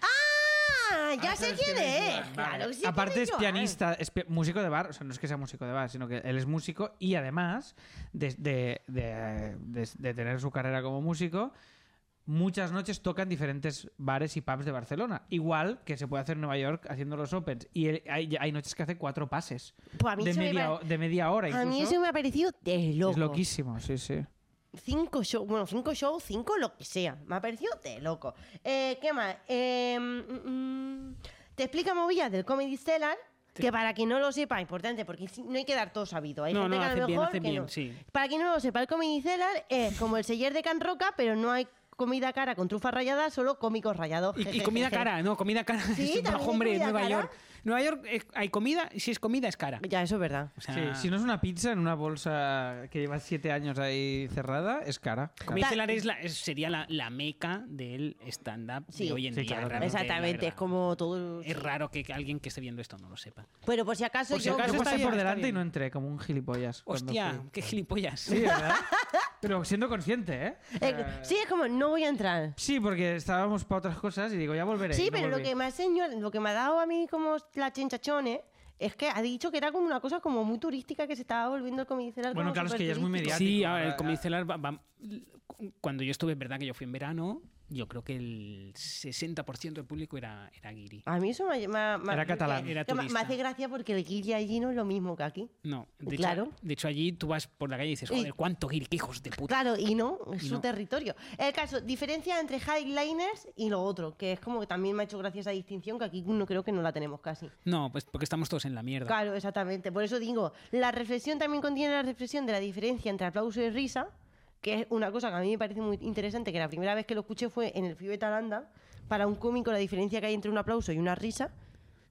B: ¡Ah! Ya
A: Ah,
B: sé
A: ¿sabes
B: quién es.
A: Joan? Vale.
B: Claro que sí,
A: Aparte
B: quién
A: es
B: Joan.
A: pianista, es pi- músico de bar, o sea, no es que sea músico de bar, sino que él es músico y además de, de- de- de- de tener su carrera como músico, muchas noches toca en diferentes bares y pubs de Barcelona. Igual que se puede hacer en Nueva York haciendo los opens. Y él- hay, hay noches que hace cuatro pases
B: Pues a mí
A: de
B: eso me
A: media,
B: pare-
A: ho- de media hora incluso.
B: A mí eso me ha parecido de loco.
A: Es loquísimo, sí, sí.
B: Cinco shows, bueno, cinco shows, cinco lo que sea. Me ha parecido de loco. Eh, ¿Qué más? Eh, mm, mm, te explica movidas del Comedy Stellar, que para quien no lo sepa, importante, porque si- no hay que dar todo sabido. Hay
C: No,
B: gente
C: no,
B: que a
C: hacen
B: lo
C: bien,
B: mejor
C: hacen
B: que
C: bien,
B: no.
C: sí.
B: Para quien no lo sepa, el Comedy Cellar es como el seller de Can Roca, pero no hay comida cara con trufas rayadas, solo cómicos rayados.
C: Y, y comida cara, no, comida cara.
B: Sí,
C: es un
B: también hay
C: bajo, hombre,
B: comida
C: Nueva
B: cara.
C: York. Nueva York eh, hay comida, y si es comida es cara.
B: Ya, eso es verdad.
C: O sea,
A: Sí, Si no es una pizza en una bolsa que lleva siete años ahí cerrada, es cara.
C: Comedy Cellar es la- es- sería la, la meca del stand-up
B: Sí.
C: de hoy en
A: Sí,
C: día.
A: claro, claro.
C: realmente,
B: Exactamente,
C: la
B: es
C: verdad.
B: como todo.
C: Es raro que que alguien que esté viendo esto no lo sepa.
B: Pero por si acaso
C: Por si
B: yo.
A: Yo
C: acaso está
A: pasé
C: bien,
A: por
C: está
A: delante y
C: bien.
A: no entré, como un gilipollas. cuando
C: Hostia,
A: fui.
C: qué gilipollas.
A: Sí, ¿verdad? Pero siendo consciente, ¿eh? O
B: Eh,
A: sea,
B: sí, es como, no voy a entrar.
A: sí, porque estábamos para otras cosas y digo, ya volveré. y
B: Sí,
A: no
B: pero lo
A: volví.
B: que me ha señal- lo que me ha dado a mí como la chinchachones es que ha dicho que era como una cosa como muy turística que se estaba volviendo el Comedy Cellar
A: Bueno,
B: como
A: claro, es que ya es muy
B: superturístico.
A: mediático.
C: Sí, ahora el
A: Ah,
C: Comedy Cellar va- va- cuando yo estuve, es verdad que yo fui en verano, yo creo que el 60% del público era, era guiri.
B: A mí eso me, me- me-
A: Era catalán.
B: que-
C: Era
B: que me- me
C: turista.
B: hace gracia porque el guiri allí no es lo mismo que aquí.
C: No, de,
B: Claro.
C: hecho, de hecho allí tú vas por la calle y dices,
B: Y-
C: joder, cuánto guiri, qué hijos de puta.
B: Claro, y no, es
C: Y
B: su
C: no.
B: territorio. El caso, diferencia entre highliners y lo otro, que es como que también me ha hecho gracia esa distinción que aquí no creo que no la tenemos casi.
C: No, pues porque estamos todos en la mierda.
B: Claro, exactamente. Por eso digo, la reflexión también contiene la reflexión de la diferencia entre aplauso y risa, que es una cosa que a mí me parece muy interesante, que la primera vez que lo escuché fue en el Pibe Talanda, para un cómico la diferencia que hay entre un aplauso y una risa.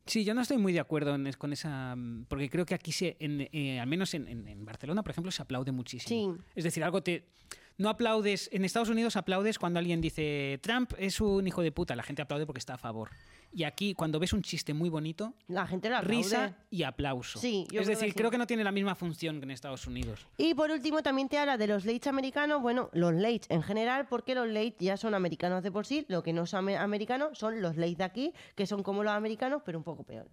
C: Sí, yo no estoy muy de acuerdo en es- con esa. mm, Porque creo que aquí, se, en- eh, al menos en, en- en Barcelona, por ejemplo, se aplaude muchísimo.
B: Sí.
C: Es decir, algo te. No aplaudes. En Estados Unidos aplaudes cuando alguien dice Trump es un hijo de puta. La gente aplaude porque está a favor. Y aquí, cuando ves un chiste muy bonito,
B: La gente la aplaude.
C: risa y aplauso.
B: Sí, yo
C: es
B: creo
C: decir,
B: que sí.
C: creo que no tiene la misma función que en Estados Unidos.
B: Y por último también te habla de los lates americanos, bueno, los lates en general, porque los lates ya son americanos de por sí, lo que no son ame- americanos son los lates de aquí, que son como los americanos, pero un poco peor,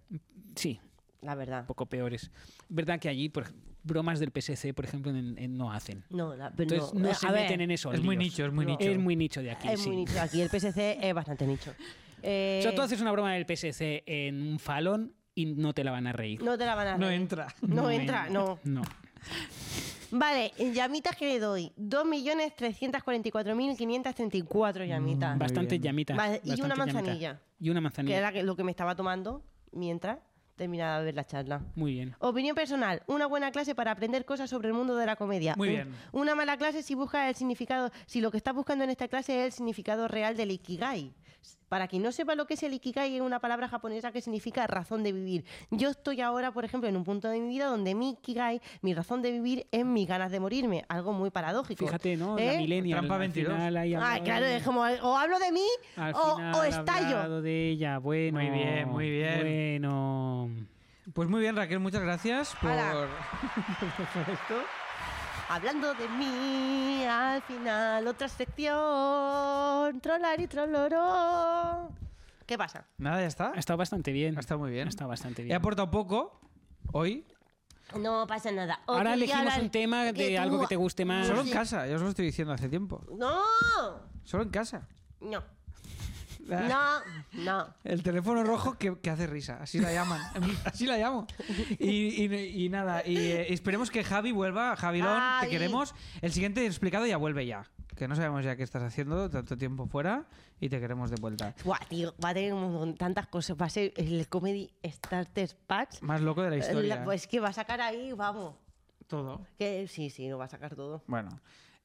C: Sí,
B: la verdad.
C: un poco peores. Verdad que allí, por ej- bromas del PSC, por ejemplo, en- en- no hacen.
B: No, la, pero
C: Entonces no,
B: eh,
C: se
B: a ver,
C: meten en eso.
A: Es muy
C: líos.
A: nicho, es muy
B: No.
A: nicho.
C: Es muy nicho de aquí.
B: Es
C: sí.
B: muy nicho aquí, el PSC es bastante nicho. Eh,
C: O sea, tú haces una broma del PSC en un falón y no te la van a reír.
B: No te la van a
A: No
B: reír.
A: entra.
B: No entra, no.
C: No.
A: Ah,
B: Vale, llamitas que le doy. 2.344.534 llamitas.
A: Mm, Muy
C: Bastante
A: bien.
C: llamita.
B: Vale, y
C: bastante
B: una
C: llamita.
B: manzanilla,
C: Y una
B: que
C: manzanilla.
B: era lo que me estaba tomando mientras terminaba de ver la charla.
C: Muy bien.
B: Opinión personal, una buena clase para aprender cosas sobre el mundo de la comedia.
A: Muy
B: Un-
A: bien.
B: Una mala clase si busca el significado, si lo que estás buscando en esta clase es el significado real del ikigai. Para quien no sepa lo que es el ikigai, es una palabra japonesa que significa razón de vivir. Yo estoy ahora, por ejemplo, en un punto de mi vida donde mi ikigai, mi razón de vivir, es mis ganas de morirme. Algo muy paradójico.
C: Fíjate, ¿no?
B: ¿Eh?
C: La millennial.
A: Trampa
C: al
A: 22.
C: final ahí
B: Ah,
C: hablado-
B: claro, es como o hablo de mí
C: al
B: o,
C: final
B: o estallo.
C: hablado de ella. Bueno.
A: Muy bien, muy bien.
C: Bueno.
A: Pues muy bien, Raquel, muchas gracias por,
B: Hala.
A: por esto.
B: Hablando de mí, al final otra sección. Trolar y troloró. ¿Qué pasa?
A: Nada, ya está.
C: Ha estado bastante bien.
A: Ha estado muy bien.
C: Ha estado bastante
A: He
C: bien.
A: aportado poco hoy,
B: No pasa nada. Otro
C: Ahora
B: día
C: elegimos
B: hablar-
C: un tema
B: que
C: de
B: tú-
C: algo que te guste más.
A: solo
B: Ah, sí.
A: en casa, ya os lo estoy diciendo hace tiempo.
B: No,
A: Solo en casa.
B: no,
A: Ah,
B: no, no.
A: El teléfono rojo que, que hace risa, así la llaman. así la llamo. Y, y- y nada, y eh, esperemos que Javi vuelva. Javilón,
B: Javi.
A: te queremos. El siguiente explicado ya vuelve ya. Que no sabemos ya qué estás haciendo, tanto tiempo fuera, y te queremos de vuelta.
B: Buah, tío, va a tener un montón- tantas cosas. Va a ser el Comedy Starter Pack.
A: Más loco de la historia.
C: ¿eh?
B: La- Pues que va a sacar ahí, vamos.
A: Todo.
B: Que sí, sí, lo va a sacar todo.
A: Bueno.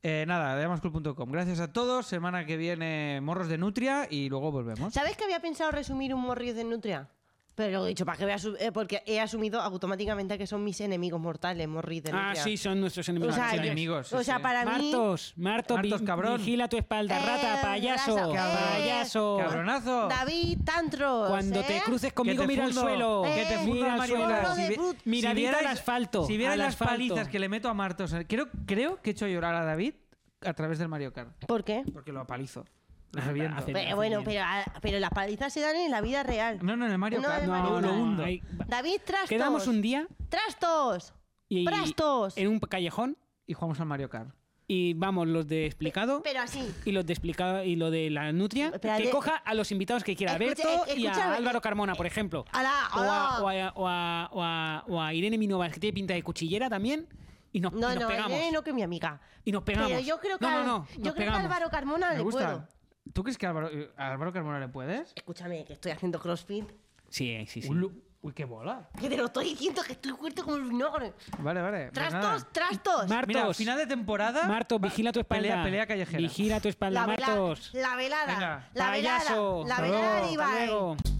A: Eh, nada, de amascool.com. Gracias a todos. Semana que viene morros de nutria y luego volvemos.
B: ¿Sabes que había pensado resumir un morrillo de nutria? Pero lo he dicho, para que vea Eh, porque he asumido automáticamente que son mis enemigos mortales, morrillos de nutria.
C: Ah, sí, son nuestros
B: O
C: enemigos.
B: sea,
A: son
B: yo-
A: enemigos, sí,
B: o sea
A: sí.
B: para mí.
C: Martos, Marto,
A: Martos,
C: vi-
A: cabrón.
C: vigila tu espalda,
B: Eh,
C: rata, payaso,
B: grasa, eh,
C: payaso.
A: ¡Cabronazo!
B: David Tantros.
C: Cuando te
B: ¿eh?
C: cruces conmigo,
A: te
C: mira al
A: fundo,
C: suelo.
A: Que te
B: Eh,
A: funda
C: mira al
B: Mario
C: suelo.
B: Bros.
A: Si
B: de
A: ve-
B: Brut.
A: si
C: Miradita
A: vierais-
C: al asfalto,
A: Si vierais
C: al
A: las
C: asfalto.
A: palizas que le meto a Martos. Creo, creo que he hecho llorar a David a través del Mario Kart.
B: ¿Por qué?
A: Porque lo apalizo. Lo
C: Ah,
A: reviento.
C: hace-
B: Pero, bueno, pero, ah, pero las palizas se dan en la vida real.
A: No, no, en el Mario
B: No,
A: Kart.
B: en el
A: No,
B: Mario
A: lo
B: Kart.
A: hundo.
C: ahí va.
B: David Trastos.
C: Quedamos un día
B: Trastos.
C: y
B: Trastos.
C: en un callejón
A: Y jugamos al Mario Kart.
C: y vamos los de explicado
B: Pero así.
C: y los de explicado y lo de la nutria
B: Espera,
C: que
B: de-
C: coja a los invitados que quiera, a
B: Escucha,
C: Berto
B: eh,
C: y
B: escucha,
C: a Álvaro Carmona, por ejemplo.
B: ¡Hala!
C: O a,
B: ¡Hala!
C: o a- o a- o a- o a Irene Minovas, que tiene pinta de cuchillera también, y nos,
B: No,
C: y nos
B: no,
C: pegamos.
B: Irene no que es mi amiga.
C: Y nos pegamos.
B: Pero yo creo que,
C: No, no,
B: al-
C: no, nos
B: yo creo que a
C: pegamos.
B: Álvaro Carmona
A: Me
B: Ah, le puedo.
A: gusta. ¿Tú crees que a Álvaro, eh, a Álvaro Carmona le puedes?
B: Escúchame, que estoy haciendo crossfit.
C: Sí, sí, sí.
A: Un lu- Uy, qué bola.
B: Que te lo estoy diciendo, que estoy fuerte como el vinagre.
A: Vale, vale. pues
B: Trastos,
A: nada.
B: trastos.
C: Mar-
A: Mira,
C: Martos.
A: final de temporada.
C: Martos, vigila tu espalda.
A: Pelea, pelea callejera.
C: Vigila tu espalda,
B: la, vela-
C: Martos.
B: la velada.
A: Venga,
B: la velada.
C: payaso.
B: La
C: Hasta
B: velada
C: luego,
B: de
C: hasta
B: Ibai.
C: luego.